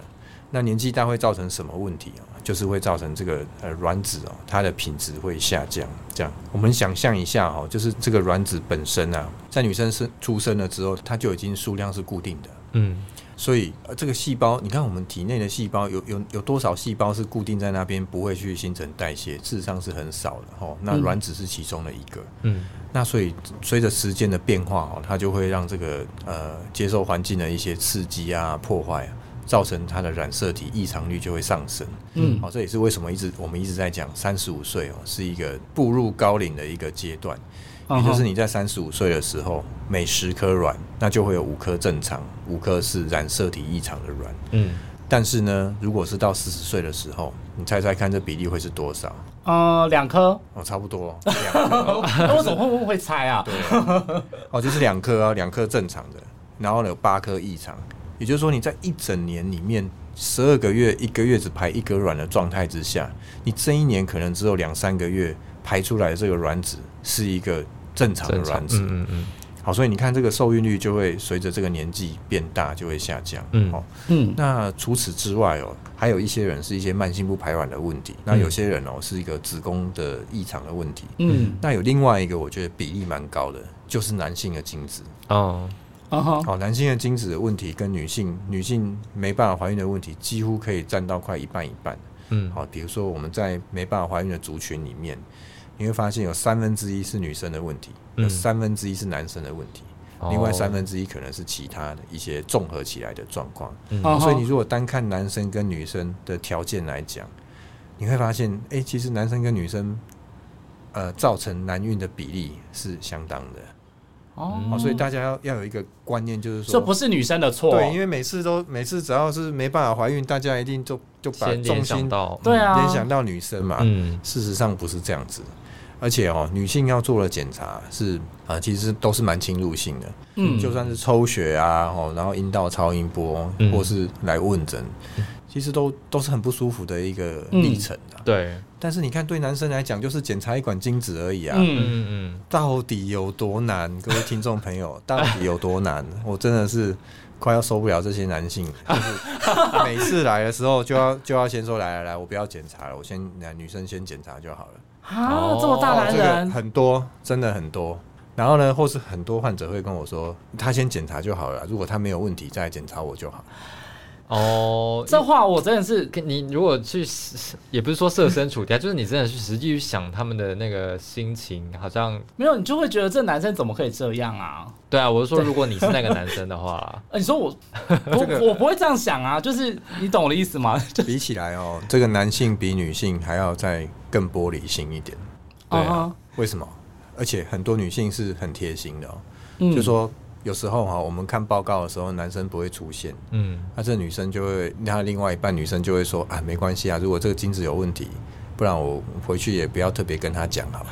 [SPEAKER 3] 那年纪大会造成什么问题啊？就是会造成这个呃卵子哦，它的品质会下降。这样，我们想象一下哦，就是这个卵子本身啊，在女生生出生了之后，它就已经数量是固定的。
[SPEAKER 2] 嗯
[SPEAKER 3] 所以、呃、这个细胞，你看我们体内的细胞有有有多少细胞是固定在那边，不会去新陈代谢，事实上是很少的哦。那
[SPEAKER 1] 嗯
[SPEAKER 3] 卵子是其中的一个，
[SPEAKER 2] 嗯
[SPEAKER 3] 那所以随着时间的变化哦，它就会让这个呃接受环境的一些刺激啊、破坏啊，造成它的染色体异常率就会上升。哦
[SPEAKER 1] 嗯
[SPEAKER 3] 好、这也是为什么一直我们一直在讲三十五岁哦，是一个步入高龄的一个阶段。
[SPEAKER 1] 啊
[SPEAKER 3] 也
[SPEAKER 2] 嗯
[SPEAKER 3] 就是你在三十五岁的时候，每十颗卵，那就会有五颗正常，五颗是染色体异常的卵。
[SPEAKER 2] 嗯
[SPEAKER 3] 但是呢，如果是到四十岁的时候，你猜猜看这比例会是多少？
[SPEAKER 1] 呃，两 颗，
[SPEAKER 3] 哦，差不多哦， 两颗哦
[SPEAKER 1] 那我怎么会会猜啊？
[SPEAKER 3] 哦，就是两颗啊，两颗正常的，然后呢有八颗异常，也就是说你在一整年里面十二个月，一个月只排一颗卵的状态之下，你这一年可能只有两三个月排出来的这个卵子是一个正常的
[SPEAKER 2] 正常
[SPEAKER 3] 卵，子，
[SPEAKER 2] 嗯嗯嗯
[SPEAKER 3] 好，所以你看这个受孕率就会随着这个年纪变大就会下降。
[SPEAKER 2] 嗯
[SPEAKER 3] 哦，
[SPEAKER 1] 嗯
[SPEAKER 3] 那除此之外哦，还有一些人是一些慢性不排卵的问题，那
[SPEAKER 2] 嗯
[SPEAKER 3] 有些人哦是一个子宫的异常的问题。
[SPEAKER 1] 嗯，
[SPEAKER 3] 那有另外一个我觉得比例蛮高的，就是男性的精子。
[SPEAKER 2] 哦，
[SPEAKER 1] 啊哈，
[SPEAKER 3] 哦，男性的精子的问题跟女性女性没办法怀孕的问题，几乎可以占到快一半一半。
[SPEAKER 2] 嗯
[SPEAKER 3] 好、比如说我们在没办法怀孕的族群里面，你会发现有三分之一是女生的问题，有
[SPEAKER 2] 嗯
[SPEAKER 3] 三分之一是男生的问题。
[SPEAKER 1] 哦
[SPEAKER 3] 另外三分之一可能是其他的一些综合起来的状况。
[SPEAKER 1] 啊哈
[SPEAKER 3] 所以你如果单看男生跟女生的条件来讲，你会发现，哎、其实男生跟女生，呃，造成男孕的比例是相当的。
[SPEAKER 1] 哦
[SPEAKER 3] 哦，，所以大家要要有一个观念，就是说，
[SPEAKER 1] 这不是女生的错，哦
[SPEAKER 3] 对，因为每次都每次只要是没办法怀孕，大家一定就就把
[SPEAKER 2] 先
[SPEAKER 3] 重
[SPEAKER 2] 联
[SPEAKER 3] 心
[SPEAKER 2] 想到
[SPEAKER 1] 对啊，
[SPEAKER 3] 联想到女生嘛。
[SPEAKER 2] 嗯
[SPEAKER 3] 事实上不是这样子，而且哦，女性要做的检查是啊、其实都是蛮侵入性的。
[SPEAKER 1] 嗯，
[SPEAKER 3] 就算是抽血啊，哦，然后阴道超音波，
[SPEAKER 2] 嗯
[SPEAKER 3] 或是来问诊，
[SPEAKER 1] 嗯
[SPEAKER 3] 其实都都是很不舒服的一个历程啊。
[SPEAKER 1] 嗯
[SPEAKER 2] 对
[SPEAKER 3] 但是你看，对男生来讲，就是检查一管精子而已啊，
[SPEAKER 1] 嗯
[SPEAKER 2] 嗯嗯
[SPEAKER 3] 到底有多难？各位听众朋友， 到底有多难？我真的是快要受不了这些男 性，就是每次来的时候就要就要先说来来来，我不要检查了，我先来女生先检查就好了。
[SPEAKER 1] 啊，这么大
[SPEAKER 3] 哦
[SPEAKER 1] 男
[SPEAKER 3] 这个
[SPEAKER 1] 人，
[SPEAKER 3] 很多，真的很多。然后呢，或是很多患者会跟我说，他先检查就好了，如果他没有问题，再来检查我就好。
[SPEAKER 2] 嗯哦，
[SPEAKER 1] 这话我真的是，
[SPEAKER 2] 可你如果去实，也不是说设身处地啊，就是你真的去实际去想他们的那个心情，好像
[SPEAKER 1] 没有，你就会觉得这男生怎么可以这样 啊？
[SPEAKER 2] 对啊。我是说，如果你是那个男生的话，
[SPEAKER 1] 呃，你说我，我我不会这样想啊，就是你懂我的意思吗？ 就
[SPEAKER 3] 比起来哦，这个男性比女性还要再更玻璃心一点。
[SPEAKER 2] 对
[SPEAKER 1] 啊
[SPEAKER 2] 啊
[SPEAKER 1] 哈
[SPEAKER 3] 为什么？而且很多女性是很贴心的、哦，
[SPEAKER 1] 嗯
[SPEAKER 3] 就说有时候哈、我们看报告的时候，男生不会出现，
[SPEAKER 2] 嗯
[SPEAKER 3] 那、这女生就会，那另外一半女生就会说啊，没关系啊，如果这个精子有问题，不然我回去也不要特别跟他讲好了。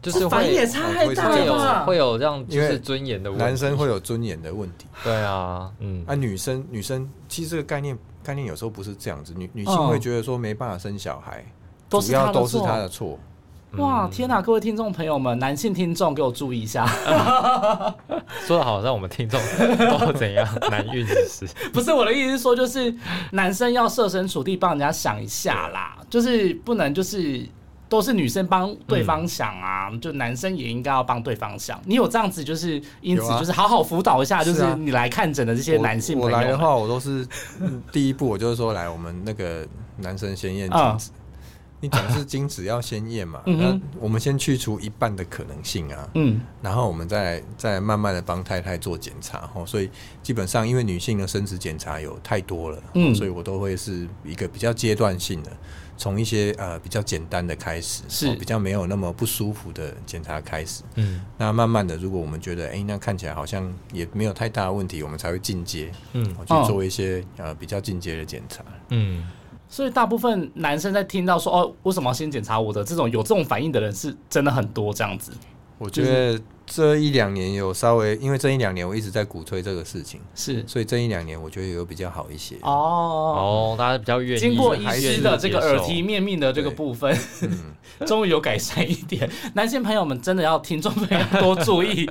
[SPEAKER 2] 就是
[SPEAKER 1] 反应
[SPEAKER 2] 会
[SPEAKER 1] 也太大
[SPEAKER 2] 会
[SPEAKER 1] 了
[SPEAKER 2] 有
[SPEAKER 1] 吧？
[SPEAKER 2] 会有这样就
[SPEAKER 3] 因
[SPEAKER 2] 是
[SPEAKER 3] 为
[SPEAKER 2] 尊严的问题，
[SPEAKER 3] 男生会有尊严的问题，
[SPEAKER 2] 对啊，嗯
[SPEAKER 3] 啊，女生女生其实这个概念概念有时候不是这样子，女女性
[SPEAKER 1] 嗯
[SPEAKER 3] 会觉得说没办法生小孩，
[SPEAKER 1] 都
[SPEAKER 3] 主
[SPEAKER 1] 是他
[SPEAKER 3] 要
[SPEAKER 1] 的
[SPEAKER 3] 都是
[SPEAKER 1] 错
[SPEAKER 3] 她的错。嗯
[SPEAKER 1] 哇，天哪！各位听众朋友们，男性听众给我注意一下，
[SPEAKER 2] 说的好像我们听众 都怎样难孕是不是？
[SPEAKER 1] 不是我的意思是说，就是男生要设身处地帮人家想一下啦，就是不能就是都是女生帮对方想啊，
[SPEAKER 3] 嗯
[SPEAKER 1] 就男生也应该要帮对方想。你有这样子，就是因此
[SPEAKER 3] 有啊
[SPEAKER 1] 就是好好辅导一下，就是
[SPEAKER 3] 啊
[SPEAKER 1] 是你来看诊的这些
[SPEAKER 3] 我
[SPEAKER 1] 男性
[SPEAKER 3] 我
[SPEAKER 1] 朋友
[SPEAKER 3] 来的
[SPEAKER 1] 们。
[SPEAKER 3] 话，我都是嗯第一步，我就是说来我们那个男生先验精子。你总是精子要先验嘛，
[SPEAKER 1] 啊嗯
[SPEAKER 3] 那
[SPEAKER 1] 哼
[SPEAKER 3] 我们先去除一半的可能性啊，
[SPEAKER 1] 嗯，
[SPEAKER 3] 然后我们再再慢慢的帮太太做检查哦，所以基本上因为女性的生殖检查有太多了，哦
[SPEAKER 1] 嗯
[SPEAKER 3] 所以我都会是一个比较阶段性的，从一些呃比较简单的开始，
[SPEAKER 1] 是
[SPEAKER 3] 哦比较没有那么不舒服的检查开始。
[SPEAKER 2] 嗯
[SPEAKER 3] 那慢慢的，如果我们觉得哎、诶那看起来好像也没有太大的问题，我们才会进阶，
[SPEAKER 2] 嗯
[SPEAKER 3] 哦
[SPEAKER 1] 哦
[SPEAKER 3] 去做一些、呃比较进阶的检查。
[SPEAKER 2] 嗯，
[SPEAKER 1] 所以大部分男生在听到说哦，为什么要先检查我的这种有这种反应的人是真的很多这样子，
[SPEAKER 3] 我觉得这一两年有稍微，因为这一两年我一直在鼓吹这个事情，
[SPEAKER 1] 是
[SPEAKER 3] 所以这一两年我觉得有比较好一些。
[SPEAKER 1] 哦。
[SPEAKER 2] 哦，大家比较愿意
[SPEAKER 1] 经过医
[SPEAKER 2] 还愿意
[SPEAKER 1] 师的这个耳
[SPEAKER 2] 接
[SPEAKER 1] 提
[SPEAKER 2] 受，
[SPEAKER 1] 面命的这个部分，
[SPEAKER 3] 嗯，
[SPEAKER 1] 终于有改善一点。男性朋友们真的要听众朋友多注 意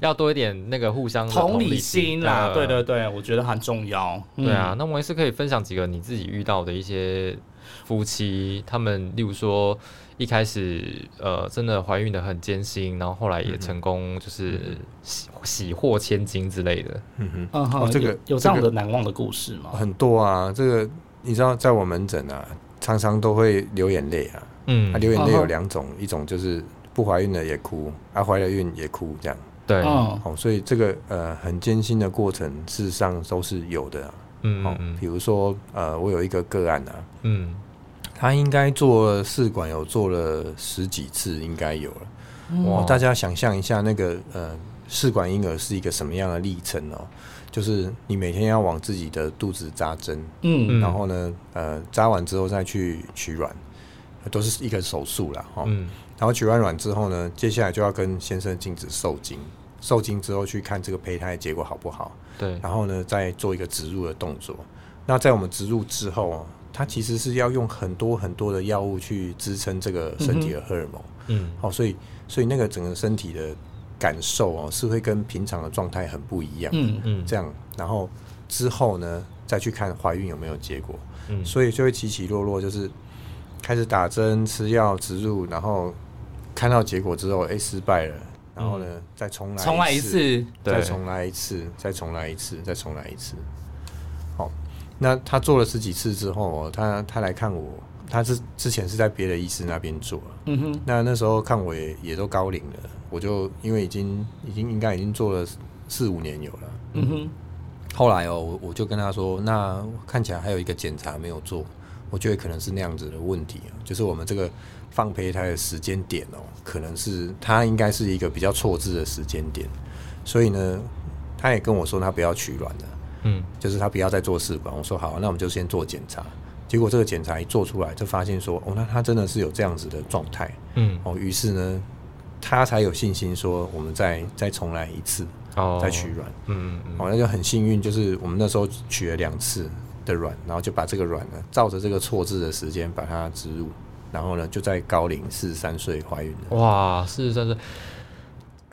[SPEAKER 2] 要多一点那个互相的
[SPEAKER 1] 同
[SPEAKER 2] 理嗯啊
[SPEAKER 1] 理心啦，对对对，我觉得很重要。嗯
[SPEAKER 2] 对啊，，那我也是可以分享几个你自己遇到的一些夫妻，他们例如说一开始呃真的怀孕的很艰辛，然后后来也成功就是喜喜获千金之类的。
[SPEAKER 3] 嗯哼。
[SPEAKER 1] 嗯哼，
[SPEAKER 3] 哦这个
[SPEAKER 1] 有有这样
[SPEAKER 3] 这
[SPEAKER 1] 的
[SPEAKER 3] 个
[SPEAKER 1] 难忘的故事吗？
[SPEAKER 3] 很多啊，这个你知道，在我门诊啊，常常都会流眼泪啊。
[SPEAKER 2] 嗯
[SPEAKER 3] 啊，流眼泪
[SPEAKER 1] 嗯
[SPEAKER 3] 有
[SPEAKER 1] 哼
[SPEAKER 3] 两种，一种就是不怀孕了也哭，啊，怀了孕也哭，这样。
[SPEAKER 2] 对，
[SPEAKER 1] 嗯，
[SPEAKER 3] 哦，所以这个呃很艰辛的过程，事实上都是有的、啊。哦
[SPEAKER 2] 嗯，嗯
[SPEAKER 3] 比如说呃，我有一个个案啊，
[SPEAKER 2] 嗯
[SPEAKER 3] 他应该做试管有做了十几次，应该有了。
[SPEAKER 2] 嗯，
[SPEAKER 3] 哦
[SPEAKER 2] 哇，
[SPEAKER 3] 大家想象一下，那个呃试管婴儿是一个什么样的历程哦？就是你每天要往自己的肚子扎针，
[SPEAKER 1] 嗯
[SPEAKER 2] 嗯
[SPEAKER 3] 然后呢，呃，扎完之后再去取卵，都是一个手术啦。哈、
[SPEAKER 2] 嗯
[SPEAKER 3] 然后取完卵之后呢，接下来就要跟先生禁止受精，受精之后去看这个胚胎结果好不好，
[SPEAKER 2] 对，
[SPEAKER 3] 然后呢，再做一个植入的动作。那在我们植入之后啊，它其实是要用很多很多的药物去支撑这个身体的荷尔蒙。
[SPEAKER 2] 嗯
[SPEAKER 3] 哦，所以所以那个整个身体的感受哦，是会跟平常的状态很不一样。
[SPEAKER 1] 嗯
[SPEAKER 2] 嗯
[SPEAKER 3] 这样，然后之后呢，再去看怀孕有没有结果。
[SPEAKER 2] 嗯
[SPEAKER 3] 所以就会起起落落，就是开始打针、吃药、植入，然后看到结果之后，哎、失败了，然后呢，再
[SPEAKER 2] 嗯
[SPEAKER 3] 重来，
[SPEAKER 1] 嗯重来一，次，
[SPEAKER 2] 对
[SPEAKER 3] 再重来一次，再重来一次，再重来一次。好，那他做了十几次之后哦，他他来看我，他是之前是在别的医师那边做，
[SPEAKER 1] 嗯哼，
[SPEAKER 3] 那那时候看我也也都高龄了，我就因为已经已经应该已经做了四五年有了。
[SPEAKER 1] 嗯哼，
[SPEAKER 3] 后来哦，我我就跟他说，那看起来还有一个检查没有做，我觉得可能是那样子的问题啊，就是我们这个放胚胎的时间点哦，可能是它应该是一个比较错置的时间点，所以呢，他也跟我说他不要取卵了，
[SPEAKER 2] 嗯
[SPEAKER 3] 就是他不要再做试管。我说好，啊那我们就先做检查。结果这个检查一做出来，就发现说，哦，那他真的是有这样子的状态
[SPEAKER 2] 嗯
[SPEAKER 3] 哦，于是呢，他才有信心说，我们再再重来一次，
[SPEAKER 2] 哦，
[SPEAKER 3] 再取卵。
[SPEAKER 2] 嗯嗯嗯
[SPEAKER 3] 哦，那就很幸运，就是我们那时候取了两次的卵，然后就把这个卵呢，照着这个错置的时间把它植入，然后呢就在高龄四十三岁怀孕了。
[SPEAKER 2] 哇，是是是。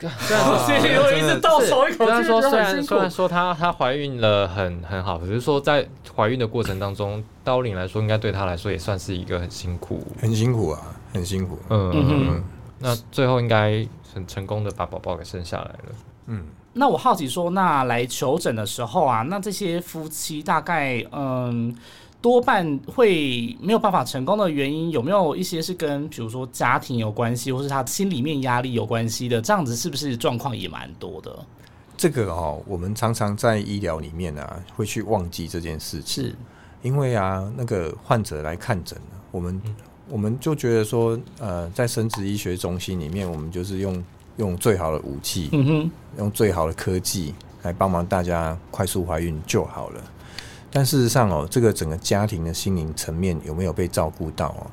[SPEAKER 1] 谢谢，我一直倒抽一口
[SPEAKER 2] 虽
[SPEAKER 1] 气，觉
[SPEAKER 2] 然说，
[SPEAKER 1] 得
[SPEAKER 2] 虽
[SPEAKER 1] 很
[SPEAKER 2] 然
[SPEAKER 1] 辛
[SPEAKER 2] 虽
[SPEAKER 1] 苦
[SPEAKER 2] 然。说她她怀孕了很很好，可是说在怀孕的过程当中，刀领来说，应该对她来说也算是一个很辛苦。
[SPEAKER 3] 很辛苦啊，很辛苦。
[SPEAKER 2] 嗯，
[SPEAKER 1] 嗯哼
[SPEAKER 2] 嗯那最后应该很成功的把宝宝给生下来了。
[SPEAKER 3] 嗯，
[SPEAKER 1] 那我好奇说，那来求诊的时候啊，那这些夫妻大概嗯，多半会没有办法成功的原因，有没有一些是跟比如说家庭有关系，或是他心里面压力有关系的？这样子是不是状况也蛮多的？
[SPEAKER 3] 这个哦，我们常常在医疗里面啊，会去忘记这件事情，
[SPEAKER 1] 是，
[SPEAKER 3] 因为啊，那个患者来看诊啊，我们、
[SPEAKER 2] 嗯
[SPEAKER 3] 我们就觉得说，呃，在生殖医学中心里面，我们就是用用最好的武器，
[SPEAKER 1] 嗯哼，
[SPEAKER 3] 用最好的科技来帮忙大家快速怀孕就好了。但事实上哦，这个整个家庭啊的心灵层面有没有被照顾到哦？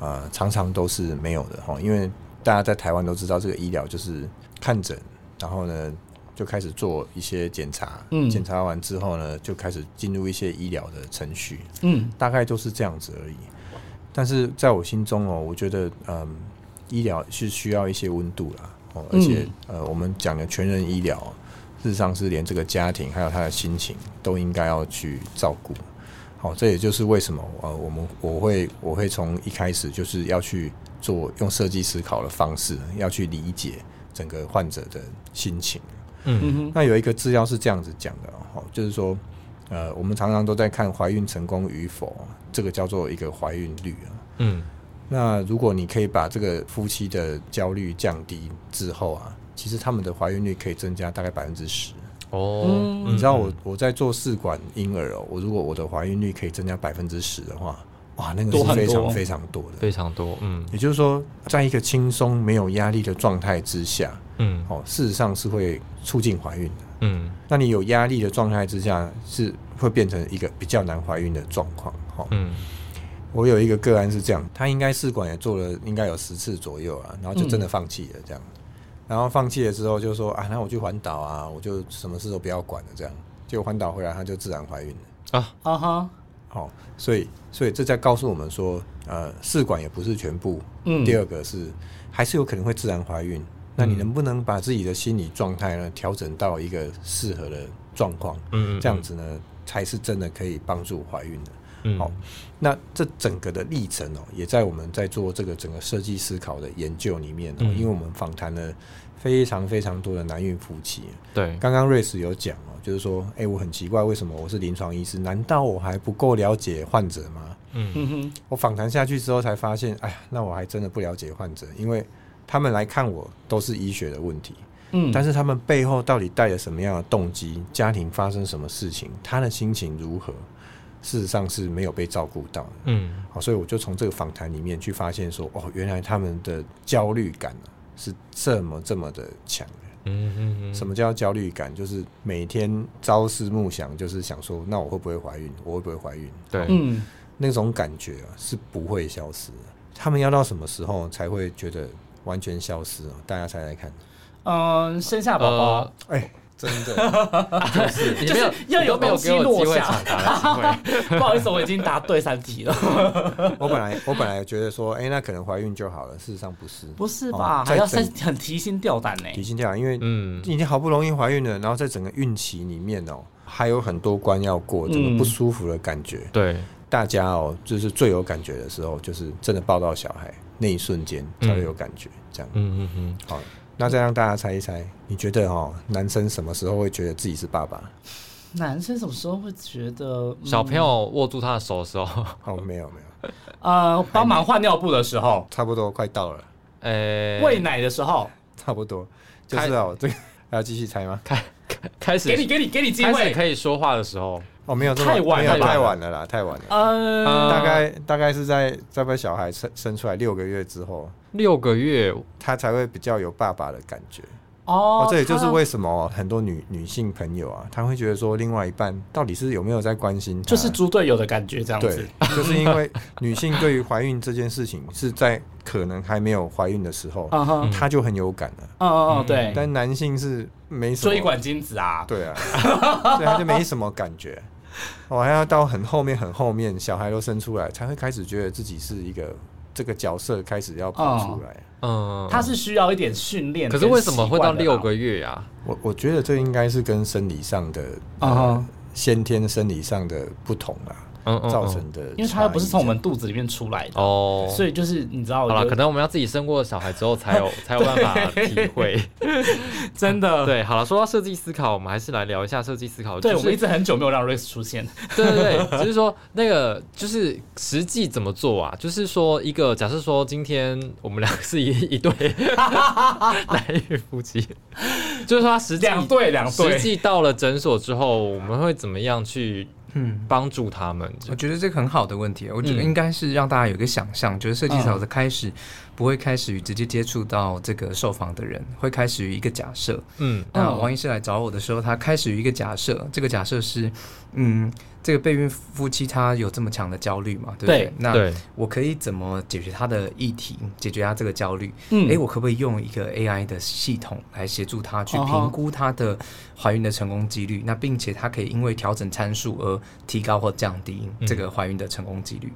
[SPEAKER 3] 呃，常常都是没有的哈、哦，因为大家在台湾都知道，这个医疗就是看诊，然后呢就开始做一些检查，
[SPEAKER 1] 嗯
[SPEAKER 3] 检查完之后呢就开始进入一些医疗的程序，
[SPEAKER 1] 嗯
[SPEAKER 3] 大概就是这样子而已。但是在我心中哦，我觉得嗯，医疗是需要一些温度啦，哦，而且、呃，我们讲的全人医疗，哦事实上是连这个家庭还有他的心情都应该要去照顾。好、这也就是为什么呃，我们我会我会从一开始就是要去做用设计思考的方式，要去理解整个患者的心情。
[SPEAKER 2] 嗯
[SPEAKER 1] 嗯哼
[SPEAKER 3] 那有一个资料是这样子讲的哦，就是说，呃，我们常常都在看怀孕成功与否，这个叫做一个怀孕率啊。
[SPEAKER 2] 嗯
[SPEAKER 3] 那如果你可以把这个夫妻的焦虑降低之后啊，其实他们的怀孕率可以增加大概百分之十。
[SPEAKER 2] 哦，
[SPEAKER 1] 嗯
[SPEAKER 2] 嗯
[SPEAKER 3] 你知道我我在做试管婴儿哦，我如果我的怀孕率可以增加百分之十的话，哇，那个
[SPEAKER 1] 多
[SPEAKER 3] 是
[SPEAKER 1] 很
[SPEAKER 3] 非
[SPEAKER 1] 多
[SPEAKER 3] 常非常多的。
[SPEAKER 2] 非常多，嗯
[SPEAKER 3] 也就是说，在一个轻松没有压力的状态之下，
[SPEAKER 2] 嗯
[SPEAKER 3] 哦，事实上是会促进怀孕的。
[SPEAKER 2] 嗯
[SPEAKER 3] 那你有压力的状态之下，是会变成一个比较难怀孕的状况。哈、
[SPEAKER 2] 嗯
[SPEAKER 3] 我有一个个案是这样，他应该试管也做了应该有十次左右啊，然后就真的放弃了这样。然后放弃了之后就说啊，那我去环岛啊，我就什么事都不要管了这样。结果环岛回来，她就自然怀孕了。
[SPEAKER 2] 啊，
[SPEAKER 1] 啊哈，
[SPEAKER 3] 哦，所以所以这在告诉我们说，呃，试管也不是全部。
[SPEAKER 1] 嗯，
[SPEAKER 3] 第二个是还是有可能会自然怀孕。那你能不能把自己的心理状态呢调整到一个适合的状况？
[SPEAKER 2] 嗯嗯
[SPEAKER 3] 这样子呢，才是真的可以帮助怀孕的。
[SPEAKER 2] 嗯
[SPEAKER 3] 好那这整个的历程哦，也在我们在做这个整个设计思考的研究里面、哦，
[SPEAKER 2] 嗯
[SPEAKER 3] 因为我们访谈了非常非常多的男孕夫妻。
[SPEAKER 2] 对，
[SPEAKER 3] 刚刚瑞士有讲哦，就是说，哎、我很奇怪，为什么我是临床医师，难道我还不够了解患者吗？
[SPEAKER 2] 嗯
[SPEAKER 1] 嗯哼，
[SPEAKER 3] 我访谈下去之后才发现，哎呀，那我还真的不了解患者，因为他们来看我都是医学的问题，
[SPEAKER 1] 嗯，
[SPEAKER 3] 但
[SPEAKER 1] 是
[SPEAKER 3] 是他们背后到底带着什么样的动机？家庭发生什么事情？他的心情如何？事实上是没有被照顾到的。
[SPEAKER 2] 嗯
[SPEAKER 3] 好，所以我就从这个访谈里面去发现说，哦，原来他们的焦虑感、啊、是这么这么的强的。
[SPEAKER 2] 嗯嗯嗯，
[SPEAKER 3] 什么叫焦虑感？就是每天朝思暮想，就是想说，那我会不会怀孕？我会不会怀孕？
[SPEAKER 2] 对，
[SPEAKER 1] 嗯
[SPEAKER 3] 那种感觉啊，是不会消失的。他们要到什么时候才会觉得完全消失啊？大家猜猜看。
[SPEAKER 1] 嗯，生下宝宝
[SPEAKER 2] 呃，
[SPEAKER 3] 哎、真的，
[SPEAKER 2] 你
[SPEAKER 1] 就
[SPEAKER 2] 没有
[SPEAKER 1] 是要
[SPEAKER 2] 你
[SPEAKER 1] 有
[SPEAKER 2] 都没有
[SPEAKER 1] 东西
[SPEAKER 2] 给我
[SPEAKER 1] 落
[SPEAKER 2] 机会
[SPEAKER 1] 下
[SPEAKER 2] 抢 答的机会，
[SPEAKER 1] 不好意思，我已经答对三题了，
[SPEAKER 3] 我本来我本来觉得说，哎、那可能怀孕就好了，事实上不是，
[SPEAKER 1] 不是吧？
[SPEAKER 3] 哦
[SPEAKER 1] 还要
[SPEAKER 3] 在
[SPEAKER 1] 三
[SPEAKER 3] 整
[SPEAKER 1] 很提心吊胆呢。
[SPEAKER 3] 提心啊吊胆，因为
[SPEAKER 2] 嗯
[SPEAKER 3] 已经好不容易怀孕了，然后在整个孕期里面哦，还有很多关要过，整
[SPEAKER 1] 嗯
[SPEAKER 3] 个不舒服的感觉，
[SPEAKER 2] 对，
[SPEAKER 3] 大家哦，就是最有感觉的时候，就是真的抱到小孩那一瞬间才会有感觉，这样。
[SPEAKER 2] 嗯嗯嗯，
[SPEAKER 3] 好，那再让大家猜一猜，你觉得哦，男生什么时候会觉得自己是爸爸？
[SPEAKER 1] 男生什么时候会觉得嗯
[SPEAKER 2] 小朋友握住他的手的时候，
[SPEAKER 3] 哦，没有没有，
[SPEAKER 1] 呃帮忙换尿布的时候，
[SPEAKER 3] 差不多快到了，
[SPEAKER 2] 呃，
[SPEAKER 1] 喂奶的时候，
[SPEAKER 3] 差不多就是哦，这个还要继续猜吗？
[SPEAKER 2] 开始
[SPEAKER 1] 给你给你给你机
[SPEAKER 2] 开始
[SPEAKER 1] 会，
[SPEAKER 2] 可以说话的时候，
[SPEAKER 3] 哦，没有这么
[SPEAKER 1] 太晚了
[SPEAKER 3] 没有
[SPEAKER 1] 吧
[SPEAKER 3] 太晚了啦，太晚了。
[SPEAKER 1] 呃，
[SPEAKER 2] 呃
[SPEAKER 3] 大概大概是在在被小孩生生出来六个月之后，
[SPEAKER 2] 六个月，
[SPEAKER 3] 他才会比较有爸爸的感觉。
[SPEAKER 1] 哦
[SPEAKER 3] 哦，，这也就是
[SPEAKER 1] 他
[SPEAKER 3] 为什么很多女女性朋友啊，她会觉得说另外一半到底是有没有在关心她，
[SPEAKER 1] 就是猪队友的感觉这样子
[SPEAKER 3] 对。，就是因为女性对于怀孕这件事情是在可能还没有怀孕的时候，
[SPEAKER 1] 嗯哼，
[SPEAKER 3] 她就很有感了，
[SPEAKER 1] 嗯嗯嗯，对，
[SPEAKER 3] 但男性是没什么
[SPEAKER 1] 追管精子啊，
[SPEAKER 3] 对啊，所以他就没什么感觉。我还要到很后面、很后面，小孩都生出来，才会开始觉得自己是一个这个角色开始要跑
[SPEAKER 1] 哦
[SPEAKER 3] 出来。
[SPEAKER 2] 嗯，
[SPEAKER 1] 他是需要一点训练。
[SPEAKER 2] 可是为什么会
[SPEAKER 1] 跟
[SPEAKER 2] 到
[SPEAKER 1] 习惯的
[SPEAKER 2] 六
[SPEAKER 1] 啦
[SPEAKER 2] 个月呀？
[SPEAKER 3] 我我觉得这应该是跟生理上的
[SPEAKER 1] 嗯哼
[SPEAKER 3] 呃先天生理上的不同啊
[SPEAKER 2] 嗯嗯嗯
[SPEAKER 3] 造成的差异，
[SPEAKER 1] 因为它又不是从我们肚子里面出来的，
[SPEAKER 2] 哦，
[SPEAKER 1] 所以就是你知道，
[SPEAKER 2] 好
[SPEAKER 1] 我觉
[SPEAKER 2] 了，可
[SPEAKER 1] 得
[SPEAKER 2] 能我们要自己生过小孩之后才有 才有办法体会。
[SPEAKER 1] 真的，
[SPEAKER 2] 对，好了，说到设计思考，我们还是来聊一下设计思考。
[SPEAKER 1] 对
[SPEAKER 2] 就
[SPEAKER 1] 我们一
[SPEAKER 2] 是
[SPEAKER 1] 直很久没有让 Race 出现。
[SPEAKER 2] 对对 对，只是说那个就是实际怎么做啊？就是说一个假设说今天我们俩是一一对 男女夫妻，就是说他实际
[SPEAKER 1] 两对两对
[SPEAKER 2] 实际到了诊所之后，我们会怎么样去
[SPEAKER 4] 嗯，
[SPEAKER 2] 帮助他们？
[SPEAKER 4] 我觉得这个很好的问题，我觉得
[SPEAKER 2] 嗯
[SPEAKER 4] 应该是让大家有一个想象，就是设计师的开始不会开始于直接接触到这个受访的人，会开始于一个假设。
[SPEAKER 2] 嗯
[SPEAKER 4] 那
[SPEAKER 1] 嗯
[SPEAKER 4] 王医师来找我的时候，他开始于一个假设，这个假设是嗯，这个备孕夫妻他有这么强的焦虑嘛？对不
[SPEAKER 1] 对
[SPEAKER 4] 对？那
[SPEAKER 2] 对，
[SPEAKER 4] 我可以怎么解决他的议题，解决他这个焦虑？
[SPEAKER 1] 嗯，
[SPEAKER 4] 诶，我可不可以用一个 AI 的系统来协助他去
[SPEAKER 1] 哦吼
[SPEAKER 4] 评估他的怀孕的成功几率？那并且他可以因为调整参数而提高或降低这个怀孕的成功几率。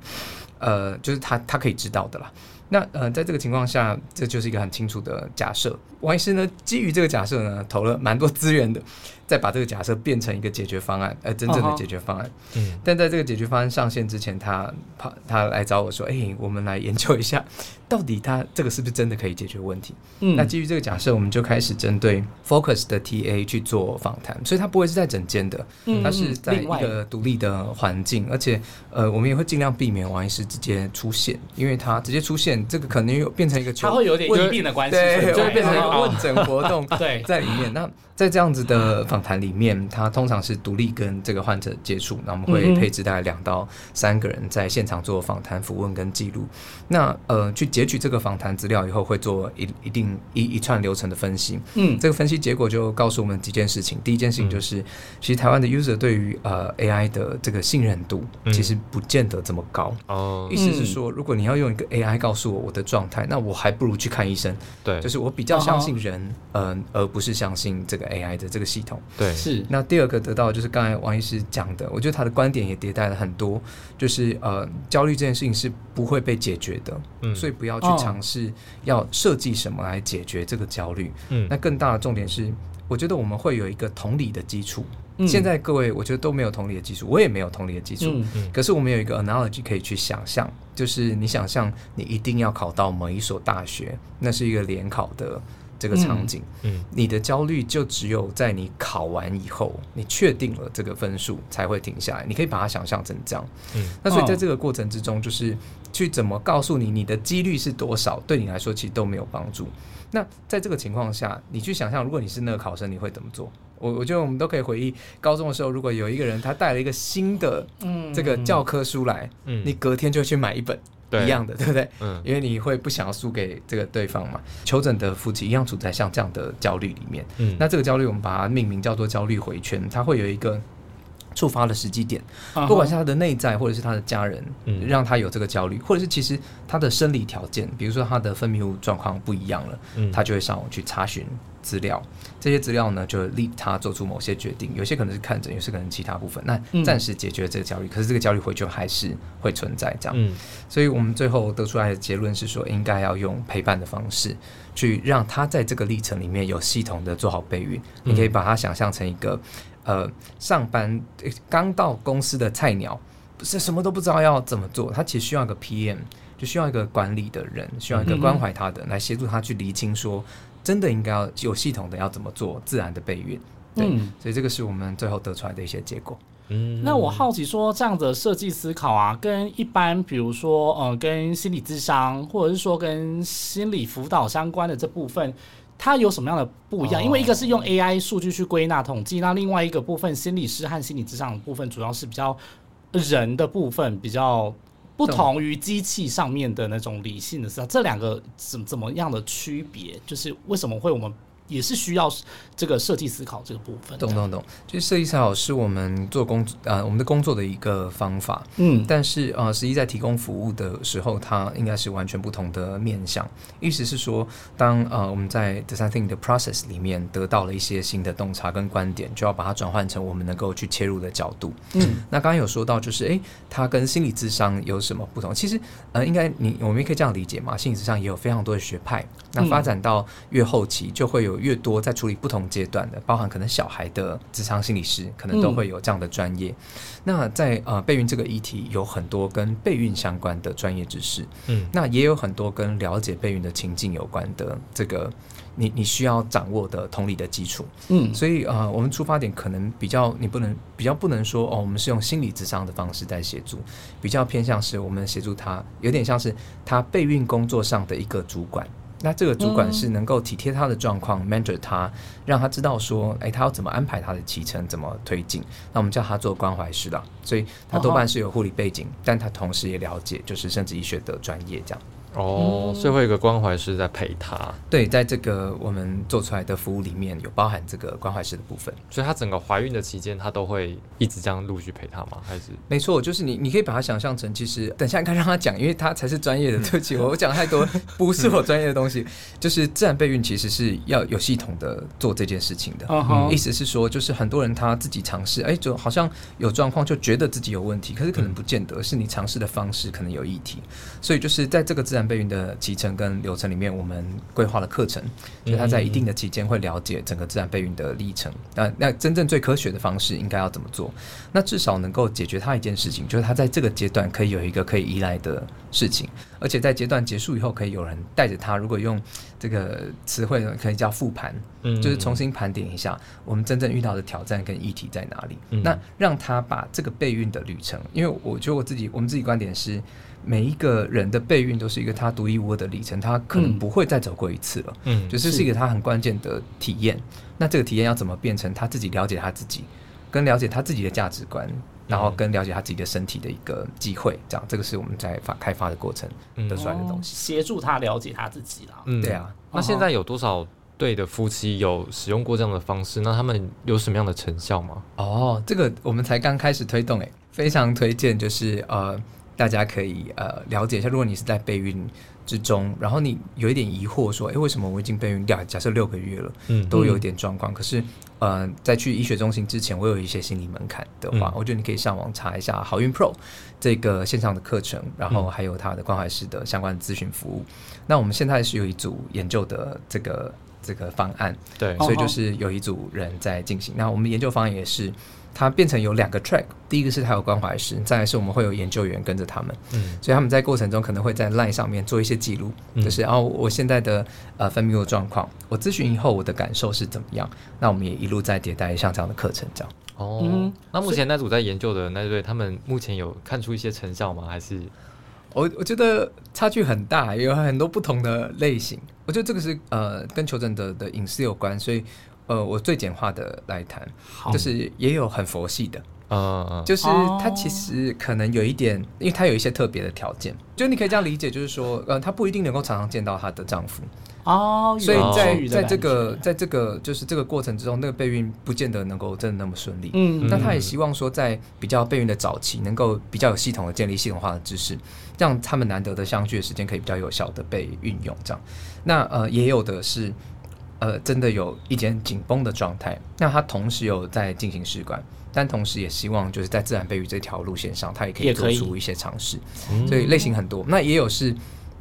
[SPEAKER 4] 呃，就是他他可以知道的啦。那呃，在这个情况下，这就是一个很清楚的假设。王医师呢，基于这个假设呢，投了蛮多资源的，再把这个假设变成一个解决方案，呃，真正
[SPEAKER 1] 哦
[SPEAKER 4] 的
[SPEAKER 1] 吼
[SPEAKER 4] 解决方案。
[SPEAKER 2] 嗯，
[SPEAKER 4] 但在这个解决方案上线之前，他他他来找我说：“哎、我们来研究一下，到底他这个是不是真的可以解决问题？”
[SPEAKER 1] 嗯
[SPEAKER 4] 那基于这个假设，我们就开始针对 Focus 的 TA 去做访谈，所以他不会是在整间的，
[SPEAKER 1] 嗯
[SPEAKER 4] 他是在一
[SPEAKER 1] 另外
[SPEAKER 4] 个独立的环境，而且呃，我们也会尽量避免王医师直接出现，因为他直接出现，这个可能有变成一个
[SPEAKER 1] 它
[SPEAKER 4] 球
[SPEAKER 1] 会有点一定的关系，
[SPEAKER 4] 对，
[SPEAKER 1] 就会
[SPEAKER 4] 就会
[SPEAKER 1] 变
[SPEAKER 4] 变
[SPEAKER 1] 成
[SPEAKER 4] 成一
[SPEAKER 1] 一
[SPEAKER 4] 个
[SPEAKER 1] 个问
[SPEAKER 4] 问诊活动
[SPEAKER 1] 对
[SPEAKER 4] 在里面。那在这样子的访谈里面，他通常是独立跟这个患者接触，那我们
[SPEAKER 1] 嗯
[SPEAKER 4] 会
[SPEAKER 1] 哼
[SPEAKER 4] 配置大概两到三个人在现场做访谈访问跟记录。那呃，去截取这个访谈资料以后，会做一一定一一串流程的分析。
[SPEAKER 1] 嗯
[SPEAKER 4] 这个分析结果就告诉我们几件事情。第一件事情就是，其实台湾的 user 对于呃 AI 的这个信任度，
[SPEAKER 2] 嗯
[SPEAKER 4] 其实不见得这么高。
[SPEAKER 2] 哦
[SPEAKER 4] 意，思
[SPEAKER 1] 嗯
[SPEAKER 4] 是说，如果你要用一个 AI 告诉我我的状态，那我还不如去看医生。
[SPEAKER 2] 对，
[SPEAKER 4] 就是我比较相信人，嗯、而不是相信这个 AI 的这个系统。
[SPEAKER 2] 对，
[SPEAKER 1] 是
[SPEAKER 4] 那第二个得到的就是刚才王医师讲的，我觉得他的观点也迭代了很多，就是呃，焦虑这件事情是不会被解决的，
[SPEAKER 2] 嗯
[SPEAKER 4] 所以不要去
[SPEAKER 1] 哦
[SPEAKER 4] 尝试要设计什么来解决这个焦虑。
[SPEAKER 2] 嗯
[SPEAKER 4] 那更大的重点是，我觉得我们会有一个同理的基础。
[SPEAKER 1] 嗯
[SPEAKER 4] 现在各位，我觉得都没有同理的基础，我也没有同理的基础。
[SPEAKER 1] 嗯
[SPEAKER 4] 可是我们有一个 analogy 可以去想象，就是你想象你一定要考到某一所大学，那是一个联考的这个场景，
[SPEAKER 2] 嗯
[SPEAKER 4] 你的焦虑就只有在你考完以后，你确定了这个分数才会停下来。你可以把它想象成这样。
[SPEAKER 2] 嗯
[SPEAKER 4] 那所以在
[SPEAKER 1] 哦
[SPEAKER 4] 这个过程之中，就是去怎么告诉你你的几率是多少，对你来说其实都没有帮助。那在这个情况下，你去想象，如果你是那个考生，你会怎么做？我我觉得我们都可以回忆高中的时候，如果有一个人他带了一个新的
[SPEAKER 1] 嗯
[SPEAKER 4] 这个教科书来，
[SPEAKER 2] 嗯
[SPEAKER 4] 你隔天就去买一本
[SPEAKER 2] 对
[SPEAKER 4] 一样的，对不对？
[SPEAKER 2] 嗯
[SPEAKER 4] 因为你会不想要输给这个对方嘛。求诊的夫妻一样处在像这样的焦虑里面。
[SPEAKER 2] 嗯
[SPEAKER 4] 那这个焦虑我们把它命名叫做焦虑回圈，它会有一个触发的时机点，
[SPEAKER 1] 啊
[SPEAKER 4] 不管是他的内在或者是他的家人，
[SPEAKER 2] 嗯
[SPEAKER 4] 让他有这个焦虑，或者是其实他的生理条件，比如说他的分泌物状况不一样了，
[SPEAKER 2] 嗯
[SPEAKER 4] 他就会上网去查询资料，这些资料呢就立他做出某些决定，有些可能是看诊，有些可能是其他部分，
[SPEAKER 1] 嗯
[SPEAKER 4] 那暂时解决这个焦虑，可是这个焦虑回圈还是会存在这样，
[SPEAKER 2] 嗯
[SPEAKER 4] 所以我们最后得出来的结论是说，应该要用陪伴的方式，去让他在这个历程里面有系统的做好备孕。
[SPEAKER 2] 嗯
[SPEAKER 4] 你可以把它想象成一个，呃，上班呃刚到公司的菜鸟，不是什么都不知道要怎么做，他其实需要一个 PM，就需要一个管理的人，需要一个
[SPEAKER 1] 嗯哼
[SPEAKER 4] 关怀他的，来协助他去厘清说，真的应该要有系统的要怎么做自然的备孕。对，
[SPEAKER 1] 嗯
[SPEAKER 4] 所以这个是我们最后得出来的一些结果。
[SPEAKER 2] 嗯
[SPEAKER 1] 那我好奇说，这样的设计思考啊，跟一般比如说，呃，跟心理智商，或者是说跟心理辅导相关的这部分，它有什么样的不一样？因为一个是用 AI 数据去归纳统计，那另外一个部分，心理师和心理智商的部分，主要是比较人的部分，比较不同于机器上面的那种理性的思考。这两个怎怎么样的区别？就是为什么会我们也是需要这个设计思考这个部分？
[SPEAKER 4] 懂懂懂，就是设计思考是我们做工呃我们的工作的一个方法。
[SPEAKER 1] 嗯，
[SPEAKER 4] 但是呃，实际在提供服务的时候，它应该是完全不同的面向。意思是说，当呃我们在 design thinking 的 process 里面得到了一些新的洞察跟观点，就要把它转换成我们能够去切入的角度。
[SPEAKER 1] 嗯，
[SPEAKER 4] 那刚刚有说到，就是诶，它跟心理智商有什么不同？其实呃，应该你我们也可以这样理解嘛，心理智商也有非常多的学派。那
[SPEAKER 1] 嗯
[SPEAKER 4] 发展到越后期，就会有越多在处理不同阶段的，包含可能小孩的智商心理师，可能都
[SPEAKER 1] 嗯
[SPEAKER 4] 会有这样的专业。那在呃备孕这个议题，有很多跟备孕相关的专业知识，
[SPEAKER 2] 嗯
[SPEAKER 4] 那也有很多跟了解备孕的情境有关的这个你你需要掌握的同理的基础。
[SPEAKER 1] 嗯，
[SPEAKER 4] 所以呃，我们出发点可能比较你不能比较不能说哦，我们是用心理智商的方式在协助，比较偏向是我们协助他，有点像是他备孕工作上的一个主管。那这个主管是能够体贴他的状况、m a n a g e r 他，让他知道说，哎，他要怎么安排他的骑程，怎么推进。那我们叫他做关怀师啦，所以他多半是有护理背景，但他同时也了解就是生殖医学的专业这样。
[SPEAKER 2] 哦，所以会有一个关怀师在陪他，
[SPEAKER 4] 对，在这个我们做出来的服务里面有包含这个关怀师的部分。
[SPEAKER 2] 所以她整个怀孕的期间，她都会一直这样陆续陪她吗？还是
[SPEAKER 4] 没错，就是你，你可以把它想象成，其实等一下应该让他讲，因为他才是专业的。
[SPEAKER 1] 嗯
[SPEAKER 4] 对不起，我我讲太 多不是我专业的东西。 就是自然备孕其实是要有系统的做这件事情的。
[SPEAKER 1] 嗯哼
[SPEAKER 4] 意思是说，就是很多人他自己尝试，哎，就好像有状况，就觉得自己有问题，可是可能
[SPEAKER 1] 嗯
[SPEAKER 4] 不见得是你尝试的方式可能有议题。所以就是在这个自然备孕的脐程跟流程里面，我们规划了课程，所以他在一定的期间会了解整个自然备孕的历程。那那真正最科学的方式应该要怎么做？那至少能够解决他一件事情，就是他在这个阶段可以有一个可以依赖的事情，而且在阶段结束以后，可以有人带着他。如果用这个词汇，可以叫复盘，
[SPEAKER 2] 嗯
[SPEAKER 4] 就是重新盘点一下我们真正遇到的挑战跟议题在哪里。
[SPEAKER 2] 嗯
[SPEAKER 4] 那让他把这个备孕的旅程，因为我觉得我自己，我们自己观点是。每一个人的备孕都是一个他独一无二的历程，他可能
[SPEAKER 1] 嗯
[SPEAKER 4] 不会再走过一次了。
[SPEAKER 2] 嗯
[SPEAKER 4] 就是是一个他很关键的体验。那这个体验要怎么变成他自己了解他自己，跟了解他自己的价值观，然后跟了解他自己的身体的一个机会，这样这个是我们在发开发的过程
[SPEAKER 1] 嗯
[SPEAKER 4] 得出来的东西。
[SPEAKER 1] 哦协助他了解他自己啦。
[SPEAKER 2] 嗯
[SPEAKER 4] 对。啊，
[SPEAKER 2] 那现在有多少对的夫妻有使用过这样的方式？那他们有什么样的成效吗？
[SPEAKER 4] 哦，这个我们才刚开始推动诶，非常推荐，就是呃，大家可以呃了解一下，如果你是在备孕之中，然后你有一点疑惑说，诶，为什么我已经备孕掉，假设六个月了，
[SPEAKER 2] 嗯
[SPEAKER 4] 都有一点状况，可是呃，在去医学中心之前，我有一些心理门槛的话，
[SPEAKER 2] 嗯
[SPEAKER 4] 我觉得你可以上网查一下好运 Pro 这个线上的课程，然后
[SPEAKER 2] 嗯
[SPEAKER 4] 还有它的关怀师的相关咨询服务。那我们现在是有一组研究的这个这个方案，
[SPEAKER 2] 对，
[SPEAKER 1] 哦
[SPEAKER 4] 所以就是有一组人在进行。那我们研究方案也是，它变成有两个 track，第一个是它有关怀师，再来是我们会有研究员跟着他们。
[SPEAKER 2] 嗯
[SPEAKER 4] 所以他们在过程中可能会在 LINE 上面做一些记录，
[SPEAKER 2] 嗯
[SPEAKER 4] 就是啊，我现在的呃分泌物状况，我咨询以后我的感受是怎么样？那我们也一路在迭代像这样的课程，这样。
[SPEAKER 2] 哦，
[SPEAKER 1] 嗯
[SPEAKER 2] 那目前那组在研究的那对，他们目前有看出一些成效吗？还是
[SPEAKER 4] 我我觉得差距很大，也有很多不同的类型。我觉得这个是呃跟求诊的的隐私有关，所以呃我最简化的来谈，就是也有很佛系的，
[SPEAKER 2] 嗯嗯
[SPEAKER 4] 就是
[SPEAKER 1] 哦
[SPEAKER 4] 它其实可能有一点，因为它有一些特别的条件，就你可以这样理解，就是说呃她不一定能够常常见到她的丈夫，
[SPEAKER 1] 哦，
[SPEAKER 4] 所以
[SPEAKER 1] 有
[SPEAKER 4] 在
[SPEAKER 1] 趣的
[SPEAKER 4] 在
[SPEAKER 1] 感
[SPEAKER 4] 这个
[SPEAKER 1] 觉
[SPEAKER 4] 在这个就是这个过程之中，那个备孕不见得能够真的那么顺利。
[SPEAKER 1] 嗯
[SPEAKER 4] 但他也希望说，在比较备孕的早期，能够比较有系统的建立系统化的知识，让他们难得的相聚的时间可以比较有效的被运用。这样，那呃也有的是，呃真的有一点紧绷的状态，那他同时有在进行试管，但同时也希望就是在自然备孕这条路线上，他也可以
[SPEAKER 1] 也可
[SPEAKER 4] 做
[SPEAKER 1] 以
[SPEAKER 4] 出一些尝试。
[SPEAKER 2] 嗯
[SPEAKER 4] 所以类型很多。那也有是，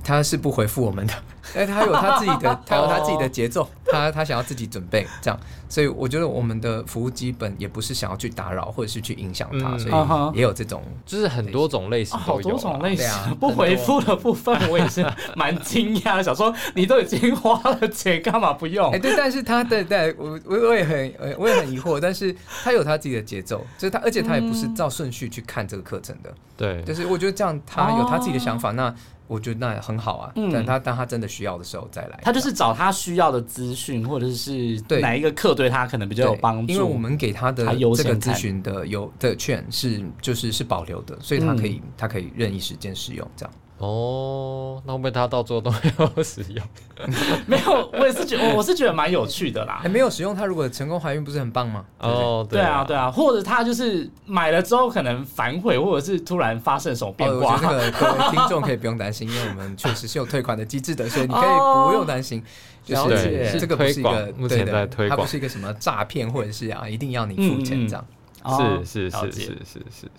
[SPEAKER 4] 他是不回复 我们的，但他有他自己的，他有他自己的节
[SPEAKER 2] 哦
[SPEAKER 4] 奏，他他想要自己准备这样。所以我觉得我们的服务基本也不是想要去打扰或者是去影响他，
[SPEAKER 2] 嗯
[SPEAKER 4] 所
[SPEAKER 1] 嗯哼
[SPEAKER 4] 以也有这种。
[SPEAKER 2] 就是很多种类型
[SPEAKER 1] 啊好
[SPEAKER 2] 都有
[SPEAKER 1] 多
[SPEAKER 2] 啦
[SPEAKER 1] 种类
[SPEAKER 4] 对啊
[SPEAKER 1] 型，
[SPEAKER 4] 很
[SPEAKER 1] 不
[SPEAKER 4] 多
[SPEAKER 1] 回复的部分我也是蛮惊讶的，想说你都已经花了钱，干嘛不用
[SPEAKER 2] 哦
[SPEAKER 4] 哎、？对，但是他对对我我我也很呃我也很疑惑，但是他有他自己的节奏，就是他，而且他也不是照顺序去看这个课程的，
[SPEAKER 2] 嗯对
[SPEAKER 4] 就，是我觉得这样他有他自己的想法，
[SPEAKER 2] 哦
[SPEAKER 4] 那我觉得那很好啊，
[SPEAKER 1] 嗯
[SPEAKER 4] 但他当他真的需要的时候再来，
[SPEAKER 1] 他就是找他需要的资讯，或者是
[SPEAKER 4] 对
[SPEAKER 1] 哪一个课对他可能比较有
[SPEAKER 4] 对
[SPEAKER 1] 帮助。
[SPEAKER 4] 因为我们给他的
[SPEAKER 1] 他优
[SPEAKER 4] 这
[SPEAKER 1] 先
[SPEAKER 4] 个
[SPEAKER 1] 看
[SPEAKER 4] 咨询的有的券是就是是保留的，所以他可
[SPEAKER 1] 嗯
[SPEAKER 4] 以、他可以任意时间使用这样。
[SPEAKER 2] 哦，那会不会他到最后都没有使用？
[SPEAKER 1] 没有，我也是觉我我是觉得蛮有趣的啦
[SPEAKER 4] 哎、。没有使用，他如果成功怀孕不是很棒吗？
[SPEAKER 2] 哦，
[SPEAKER 1] 对啊，对啊，或者他就是买了之后可能反悔，或者是突然发生什么变
[SPEAKER 4] 哦，我
[SPEAKER 1] 卦
[SPEAKER 4] 觉。得这个各位听众可以不用担心，因为我们确实是有退款的机制的，所 以你可以不用担心。就
[SPEAKER 1] 了
[SPEAKER 4] 是
[SPEAKER 1] 解
[SPEAKER 4] 对
[SPEAKER 1] 是
[SPEAKER 4] 这个不是一
[SPEAKER 2] 推
[SPEAKER 4] 个
[SPEAKER 2] 广目前
[SPEAKER 4] 对的
[SPEAKER 2] 在推广
[SPEAKER 4] 它不是一个什么诈骗或者是啊一定要你付
[SPEAKER 1] 嗯嗯
[SPEAKER 4] 钱
[SPEAKER 1] 嗯
[SPEAKER 4] 这样。
[SPEAKER 1] 哦
[SPEAKER 2] 是是
[SPEAKER 1] 了
[SPEAKER 2] 是
[SPEAKER 1] 解
[SPEAKER 2] 是是是是。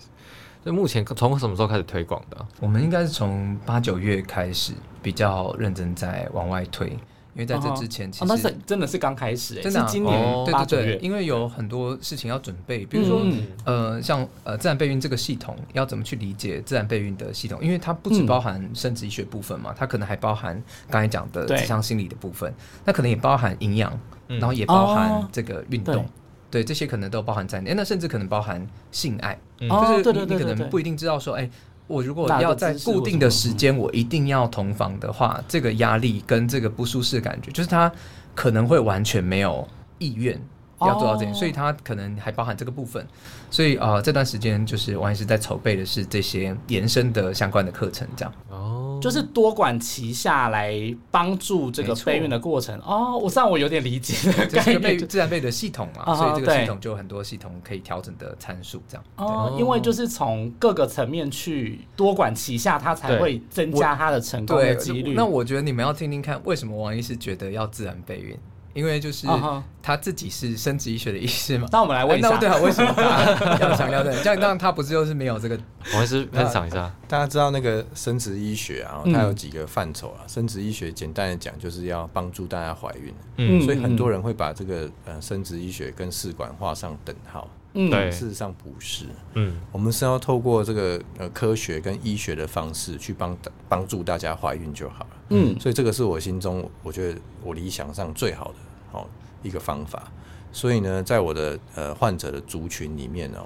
[SPEAKER 2] 那目前从什么时候开始推广的啊？
[SPEAKER 4] 我们应该是从八九月开始比较认真在往外推，因为在这之前其
[SPEAKER 1] 哦
[SPEAKER 4] 实、
[SPEAKER 1] 那是真的是刚开始、欸，
[SPEAKER 4] 真的啊
[SPEAKER 1] 是今年
[SPEAKER 2] 哦
[SPEAKER 4] 对
[SPEAKER 1] 八
[SPEAKER 4] 对
[SPEAKER 1] 九
[SPEAKER 4] 对
[SPEAKER 1] 月，，
[SPEAKER 4] 因为有很多事情要准备，比如说、
[SPEAKER 1] 嗯
[SPEAKER 4] 呃，像呃自然备孕这个系统，要怎么去理解自然备孕的系统？因为它不只
[SPEAKER 1] 嗯
[SPEAKER 4] 包含生殖医学部分嘛，它可能还包含刚才讲的
[SPEAKER 1] 对
[SPEAKER 4] 智商心理的部分，那可能也包含营养，
[SPEAKER 2] 嗯
[SPEAKER 4] 然后也包含
[SPEAKER 1] 哦
[SPEAKER 4] 这个运动。
[SPEAKER 1] 对
[SPEAKER 4] 对，这些可能都包含在内，那甚至可能包含性爱，
[SPEAKER 2] 嗯
[SPEAKER 1] 哦
[SPEAKER 4] 就是你
[SPEAKER 1] 对对对
[SPEAKER 4] 你可
[SPEAKER 1] 对对
[SPEAKER 4] 能不一定知道说，哎、我如果
[SPEAKER 1] 哪个
[SPEAKER 4] 要在
[SPEAKER 1] 姿势
[SPEAKER 4] 固定
[SPEAKER 1] 或
[SPEAKER 4] 的
[SPEAKER 1] 什么
[SPEAKER 4] 时间，我一定要同房的话，这个压力跟这个不舒适的感觉，就是他可能会完全没有意愿要做到这件
[SPEAKER 1] 哦
[SPEAKER 4] 事，所以他可能还包含这个部分。所以啊、呃这段时间就是王医师在筹备的是这些延伸的相关的课程，这样。
[SPEAKER 2] 哦，
[SPEAKER 1] 就是多管齐下来帮助这个
[SPEAKER 4] 没错
[SPEAKER 1] 备孕的过程。哦，我这样我有点理解这 个
[SPEAKER 4] 这
[SPEAKER 1] 概
[SPEAKER 4] 是一个
[SPEAKER 1] 念
[SPEAKER 4] 被，自然被的系统
[SPEAKER 1] 啊
[SPEAKER 4] 嘛，所以这个
[SPEAKER 1] 对
[SPEAKER 4] 系统就有很多系统可以调整的参数，这样。
[SPEAKER 1] 哦，因为就是从各个层面去多管齐下，它才
[SPEAKER 2] 对
[SPEAKER 1] 会增加它的成功的
[SPEAKER 4] 对
[SPEAKER 1] 几率。
[SPEAKER 4] 那我觉得你们要听听看，为什么王医师觉得要自然备孕？因为就是
[SPEAKER 1] 啊哈
[SPEAKER 4] 他自己是生殖医学的医师嘛。
[SPEAKER 1] 那我们来问一下
[SPEAKER 4] 哎那 对啊，为什么他要强调这个？这样让他不是就是没有这个
[SPEAKER 2] 我还是分享一下，
[SPEAKER 3] 大家知道那个生殖医学啊，
[SPEAKER 1] 嗯
[SPEAKER 3] 它有几个范畴啊。生殖医学简单的讲，就是要帮助大家怀孕，啊
[SPEAKER 1] 嗯
[SPEAKER 3] 所以很多人会把这个呃生殖医学跟试管画上等号，
[SPEAKER 1] 嗯
[SPEAKER 2] 对
[SPEAKER 3] 事实上不是。
[SPEAKER 2] 嗯
[SPEAKER 3] 我们是要透过这个呃科学跟医学的方式去帮大帮助大家怀孕就好了。
[SPEAKER 1] 嗯
[SPEAKER 3] 所以这个是我心中我觉得我理想上最好的哦一个方法。所以呢，在我的呃患者的族群里面哦，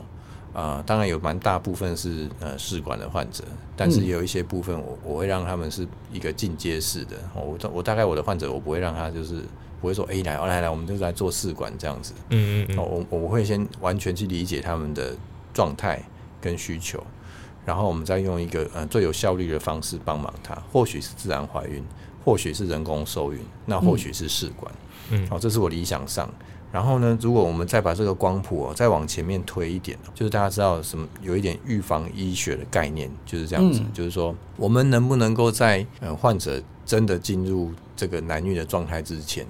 [SPEAKER 3] 啊、当然有蛮大部分是呃试管的患者，但是
[SPEAKER 1] 嗯
[SPEAKER 3] 也有一些部分我我会让他们是一个进阶式的。哦、我大我大概我的患者我不会让他就是不会说哎、来哦来来我们就来做试管这样子。
[SPEAKER 2] 嗯嗯
[SPEAKER 3] 哦，我我会先完全去理解他们的状态跟需求，然后我们再用一个呃最有效率的方式帮忙他，或许是自然怀孕，或许是人工受孕，那或许是试管，
[SPEAKER 2] 嗯
[SPEAKER 3] 哦，这是我理想上。然后呢，如果我们再把这个光谱哦再往前面推一点哦，就是大家知道什么有一点预防医学的概念，就是这样子，
[SPEAKER 1] 嗯
[SPEAKER 3] 就是说我们能不能够在呃患者真的进入这个难孕的状态之前，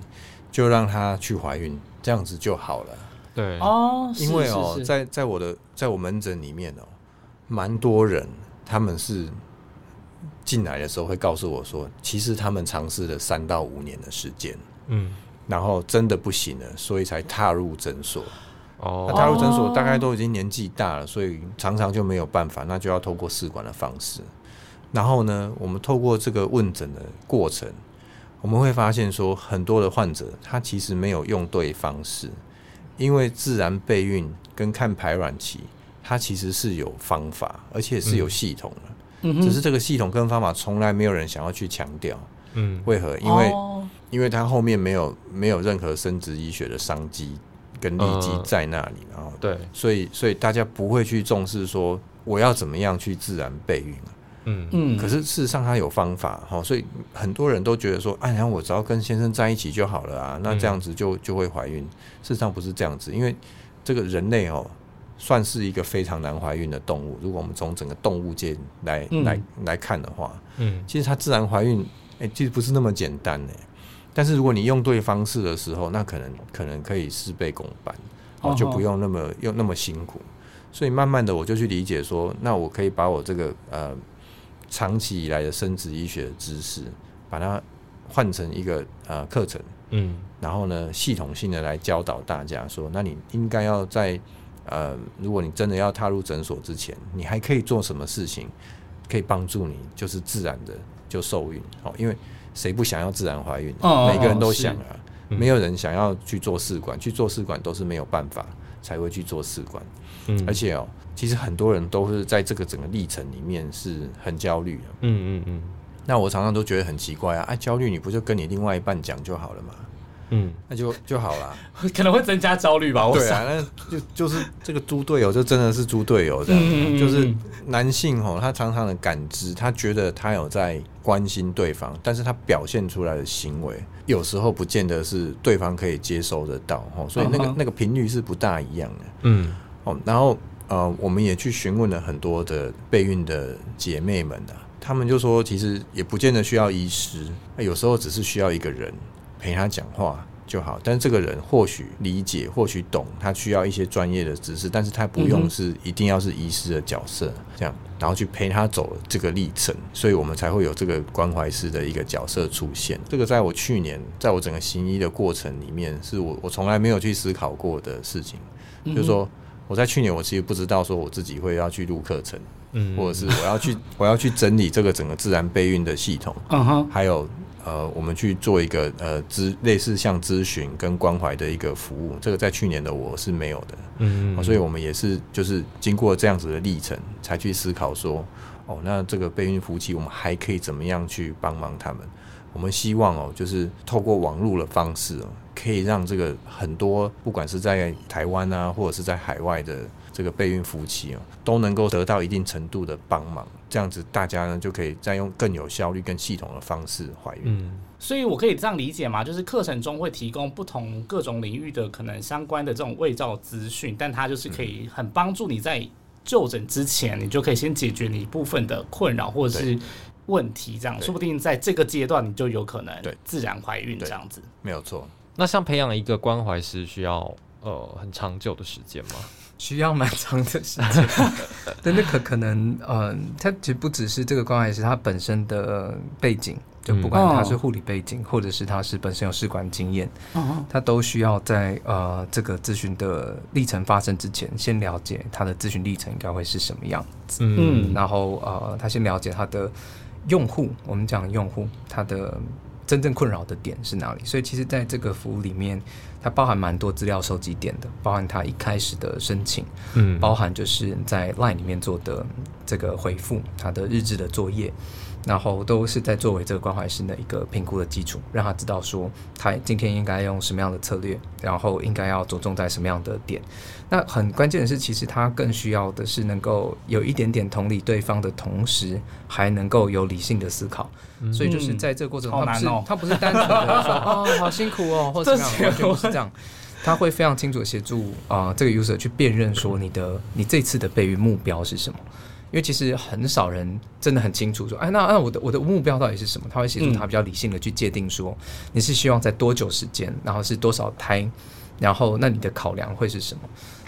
[SPEAKER 3] 就让他去怀孕，这样子就好了。
[SPEAKER 2] 对，
[SPEAKER 1] 哦，是
[SPEAKER 3] 因为哦，
[SPEAKER 1] 是是
[SPEAKER 3] 在在我的在我门诊里面哦，蛮多人他们是进来的时候会告诉我说，其实他们尝试了三到五年的时间，
[SPEAKER 2] 嗯
[SPEAKER 3] 然后真的不行了，所以才踏入诊所。那
[SPEAKER 2] 哦
[SPEAKER 3] 踏入诊所大概都已经年纪大了，所以常常就没有办法，那就要透过试管的方式。然后呢，我们透过这个问诊的过程，我们会发现说，很多的患者他其实没有用对方式，因为自然备孕跟看排卵期，它其实是有方法，而且是有系统的。
[SPEAKER 1] 嗯哼
[SPEAKER 3] 只是这个系统跟方法，从来没有人想要去强调。
[SPEAKER 2] 嗯
[SPEAKER 3] 为何？因为
[SPEAKER 1] 哦
[SPEAKER 3] 因为它后面没有没有任何生殖医学的商机跟利基
[SPEAKER 2] 嗯
[SPEAKER 3] 在那里，然后
[SPEAKER 2] 对
[SPEAKER 3] 所以所以大家不会去重视说我要怎么样去自然备孕。啊
[SPEAKER 2] 嗯
[SPEAKER 1] 嗯，
[SPEAKER 3] 可是事实上它有方法哈、哦，所以很多人都觉得说，哎、然后我只要跟先生在一起就好了啊，那这
[SPEAKER 1] 嗯
[SPEAKER 3] 样子就就会怀孕。事实上不是这样子，因为这个人类哦。算是一个非常难怀孕的动物。如果我们从整个动物界来、
[SPEAKER 1] 嗯
[SPEAKER 3] 来来看的话，
[SPEAKER 2] 嗯
[SPEAKER 3] 其实它自然怀孕，哎、其实不是那么简单呢。但是如果你用对方式的时候，那可能可能可以事倍功半，
[SPEAKER 1] 哦
[SPEAKER 3] 哦，就不
[SPEAKER 1] 吼
[SPEAKER 3] 用那么用那么辛苦。所以慢慢的我就去理解说，那我可以把我这个呃长期以来的生殖医学的知识，把它换成一个呃课程，
[SPEAKER 2] 嗯
[SPEAKER 3] 然后呢系统性的来教导大家说，那你应该要在呃，如果你真的要踏入诊所之前，你还可以做什么事情可以帮助你，就是自然的就受孕哦，因为谁不想要自然怀孕？
[SPEAKER 1] 哦
[SPEAKER 3] 每个人
[SPEAKER 1] 哦
[SPEAKER 3] 都
[SPEAKER 1] 是
[SPEAKER 3] 想啊，
[SPEAKER 2] 嗯
[SPEAKER 3] 没有人想要去做试管，去做试管都是没有办法才会去做试管，
[SPEAKER 2] 嗯，
[SPEAKER 3] 而且哦，其实很多人都是在这个整个历程里面是很焦虑的。
[SPEAKER 2] 嗯嗯嗯
[SPEAKER 3] 那我常常都觉得很奇怪啊，啊，焦虑你不就跟你另外一半讲就好了嘛，
[SPEAKER 2] 嗯
[SPEAKER 3] 那就就好了。
[SPEAKER 1] 可能会增加焦虑吧。我
[SPEAKER 3] 对
[SPEAKER 1] 想，
[SPEAKER 3] 啊，那就就是这个猪队友，就真的是猪队友这样，
[SPEAKER 1] 嗯嗯嗯
[SPEAKER 3] 就是男性吼，他常常的感知，他觉得他有在关心对方，但是他表现出来的行为，有时候不见得是对方可以接收得到吼，所以那个、
[SPEAKER 1] 嗯哼
[SPEAKER 3] 那个频率是不大一样的。
[SPEAKER 2] 嗯
[SPEAKER 3] 哦，然后呃，我们也去询问了很多的备孕的姐妹们啊，她们就说，其实也不见得需要医师，呃有时候只是需要一个人陪她讲话就好。但这个人或许理解，或许懂，他需要一些专业的知识，但是他不
[SPEAKER 1] 嗯
[SPEAKER 3] 用
[SPEAKER 1] 哼
[SPEAKER 3] 是、一定要是医师的角色，这样，然后去陪她走这个历程，所以我们才会有这个关怀师的一个角色出现。这个在我去年，在我整个行医的过程里面，是我我从来没有去思考过的事情。
[SPEAKER 1] 嗯
[SPEAKER 3] 就是说我在去年我其实不知道说我自己会要去录课程，
[SPEAKER 2] 嗯，
[SPEAKER 3] 或者是我要去我要去整理这个整个自然备孕的系统，
[SPEAKER 1] 嗯哼，
[SPEAKER 3] 还有呃我们去做一个呃咨类似像咨询跟关怀的一个服务，这个在去年的我是没有的，
[SPEAKER 2] 嗯
[SPEAKER 3] 哦所以我们也是就是经过这样子的历程，才去思考说，哦，那这个备孕夫妻我们还可以怎么样去帮忙他们？我们希望哦，就是透过网络的方式哦，可以让这个很多不管是在台湾啊，或者是在海外的这个备孕夫妻哦，都能够得到一定程度的帮忙，这样子大家呢就可以再用更有效率、更系统的方式怀孕。
[SPEAKER 2] 嗯，
[SPEAKER 1] 所以我可以这样理解嘛，就是课程中会提供不同各种领域的可能相关的这种卫教资讯，但它就是可以很帮助你在就诊之前，你就可以先解决你一部分的困扰或者是问题，这样
[SPEAKER 3] 对
[SPEAKER 1] 说不定在这个阶段你就有可能
[SPEAKER 3] 对
[SPEAKER 1] 自然怀孕
[SPEAKER 3] 对
[SPEAKER 1] 这样子。
[SPEAKER 3] 没有错，
[SPEAKER 2] 那像培养一个关怀师需要呃很长久的时间吗？
[SPEAKER 4] 需要蛮长的时间， 真的可可能，嗯、它其实不只是这个关怀师他本身的呃背景，就不管
[SPEAKER 1] 嗯
[SPEAKER 4] 他是护理背景，或者是他是本身有试管经验，
[SPEAKER 2] 嗯
[SPEAKER 1] 哦，
[SPEAKER 4] 他都需要在呃这个咨询的历程发生之前，先了解他的咨询历程应该会是什么样，
[SPEAKER 1] 嗯
[SPEAKER 4] 然后呃他先了解他的用户，我们讲用户他的真正困扰的点是哪里，所以其实在这个服务里面，它包含蛮多资料收集点的，包含他一开始的申请。
[SPEAKER 2] 嗯
[SPEAKER 4] 包含就是在 LINE 里面做的这个回复，他的日志的作业，然后都是在作为这个关怀师的一个评估的基础，让他知道说他今天应该用什么样的策略，然后应该要着重在什么样的点。那很关键的是，其实他更需要的是能够有一点点同理对方的同时，还能够有理性的思考。所以就是在这个过程中，
[SPEAKER 1] 好
[SPEAKER 4] 他不是、
[SPEAKER 1] 难哦
[SPEAKER 4] 他不 是单纯的说嗯哦好辛苦哦，或者怎么样，完全不是这样。 他会非常清楚地协助啊、呃这个 user 去辨认说你的你这次的备孕目标是什么。因为其实很少人真的很清楚说，哎，那那我的我的目标到底是什么？他会协助他比较理性的去界定说，你是希望在多久时间，然后是多少胎，然后那你的考量会是什么？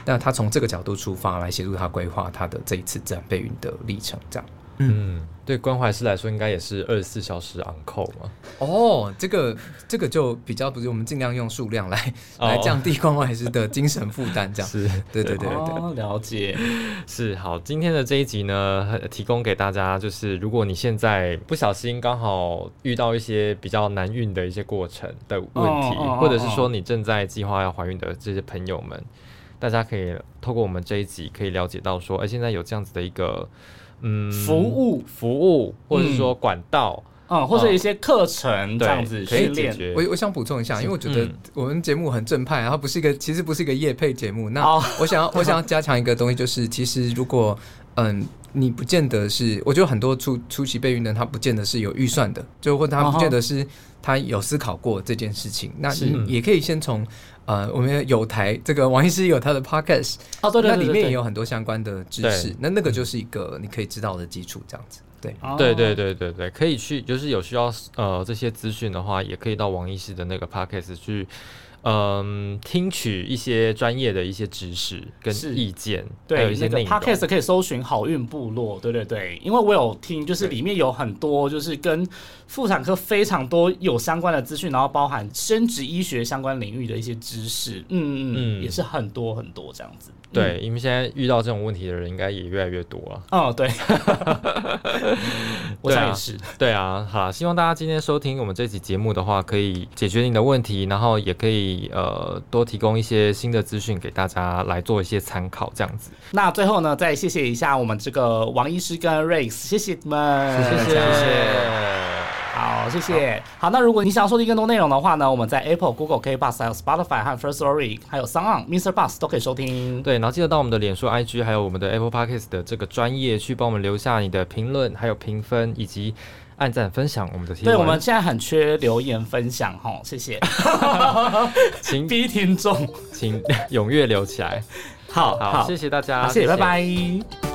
[SPEAKER 4] 那他从这个角度出发来协助他规划他的这一次自然备孕的历程，这样。
[SPEAKER 2] 嗯，对关怀师来说应该也是二十四小时 on call 嘛。
[SPEAKER 4] 哦，这个这个就比较不是我们尽量用数量来、
[SPEAKER 2] 哦
[SPEAKER 4] 来降低关怀师的精神负担，这样。
[SPEAKER 2] 是
[SPEAKER 4] 对对对对对。
[SPEAKER 1] 哦，了解。
[SPEAKER 2] 是好，今天的这一集呢， 呃提供给大家就是，如果你现在不小心刚好遇到一些比较难孕的一些过程的问题，
[SPEAKER 1] 哦哦哦
[SPEAKER 2] 或者是说你正在计划要怀孕的这些朋友们，大家可以透过我们这一集可以了解到说，哎、现在有这样子的一个嗯
[SPEAKER 1] 服务
[SPEAKER 2] 服务，或者是说管道，
[SPEAKER 1] 嗯，或者一些课程这
[SPEAKER 2] 哦对
[SPEAKER 1] 样子
[SPEAKER 2] 可以
[SPEAKER 1] 训
[SPEAKER 2] 解
[SPEAKER 1] 练。
[SPEAKER 2] 决。
[SPEAKER 4] 我我想补充一下，因为我觉得
[SPEAKER 2] 嗯
[SPEAKER 4] 我们节目很正派啊，它不是一个其实不是一个业配节目。那
[SPEAKER 1] 哦
[SPEAKER 4] 我想要我想要加强一个东西，就是其实如果嗯。你不见得是，我觉得很多初初期备孕的人，他不见得是有预算的，就或他不见得是他有思考过这件事情。那
[SPEAKER 1] 是
[SPEAKER 4] 你也可以先从呃，我们有台这个王医师有他的 podcast，
[SPEAKER 1] 哦，对对
[SPEAKER 4] 那
[SPEAKER 1] 对对
[SPEAKER 4] 里
[SPEAKER 1] 嗯
[SPEAKER 4] 面也
[SPEAKER 1] 对。
[SPEAKER 4] 有很多相关的知识
[SPEAKER 2] 对，
[SPEAKER 4] 那那个就是一个你可以知道的基础，这样子。对，
[SPEAKER 1] 哦
[SPEAKER 2] 对对对对对，可以去，就是有需要呃这些资讯的话，也可以到王医师的那个 podcast 去，嗯、听取一些专业的一些知识跟
[SPEAKER 1] 是
[SPEAKER 2] 意见，还有
[SPEAKER 1] 对，
[SPEAKER 2] 一些
[SPEAKER 1] 那个
[SPEAKER 2] 内容。
[SPEAKER 1] podcast 可以搜寻“好运部落”，对对对，因为我有听，就是里面有很多就是跟妇产科非常多有相关的资讯，然后包含生殖医学相关领域的一些知识，嗯嗯嗯，
[SPEAKER 2] 嗯
[SPEAKER 1] 也是很多很多这样子。
[SPEAKER 2] 对，因为现在遇到这种问题的人应该也越来越多了。
[SPEAKER 1] 哦，对， 我想也是，
[SPEAKER 2] 对啊，好啦，希望大家今天收听我们这期节目的话，可以解决你的问题，然后也可以呃多提供一些新的资讯给大家来做一些参考，这样子。
[SPEAKER 1] 那最后呢，再谢谢一下我们这个王医师跟 Rex，谢谢你们，
[SPEAKER 2] 谢谢。
[SPEAKER 1] 好，谢谢。好，那如果你想要收听更多内容的话呢，我们在 Apple、Google、K Bus、还有 Spotify 和 First Story，还有 s o n Mr. Bus 都可以收听。
[SPEAKER 2] 对，然后记得到我们的脸书、IG，还有我们的 Apple Podcast 的这个专业去帮我们留下你的评论、还有评分以及按赞分享我们的贴文。
[SPEAKER 1] 对，我们现在很缺留言分享哈，吼谢 谢，
[SPEAKER 2] 请
[SPEAKER 1] 第一听众，
[SPEAKER 2] 请 踊跃留起来。
[SPEAKER 1] 好
[SPEAKER 2] 好，谢谢大家，
[SPEAKER 1] 好谢谢，拜拜。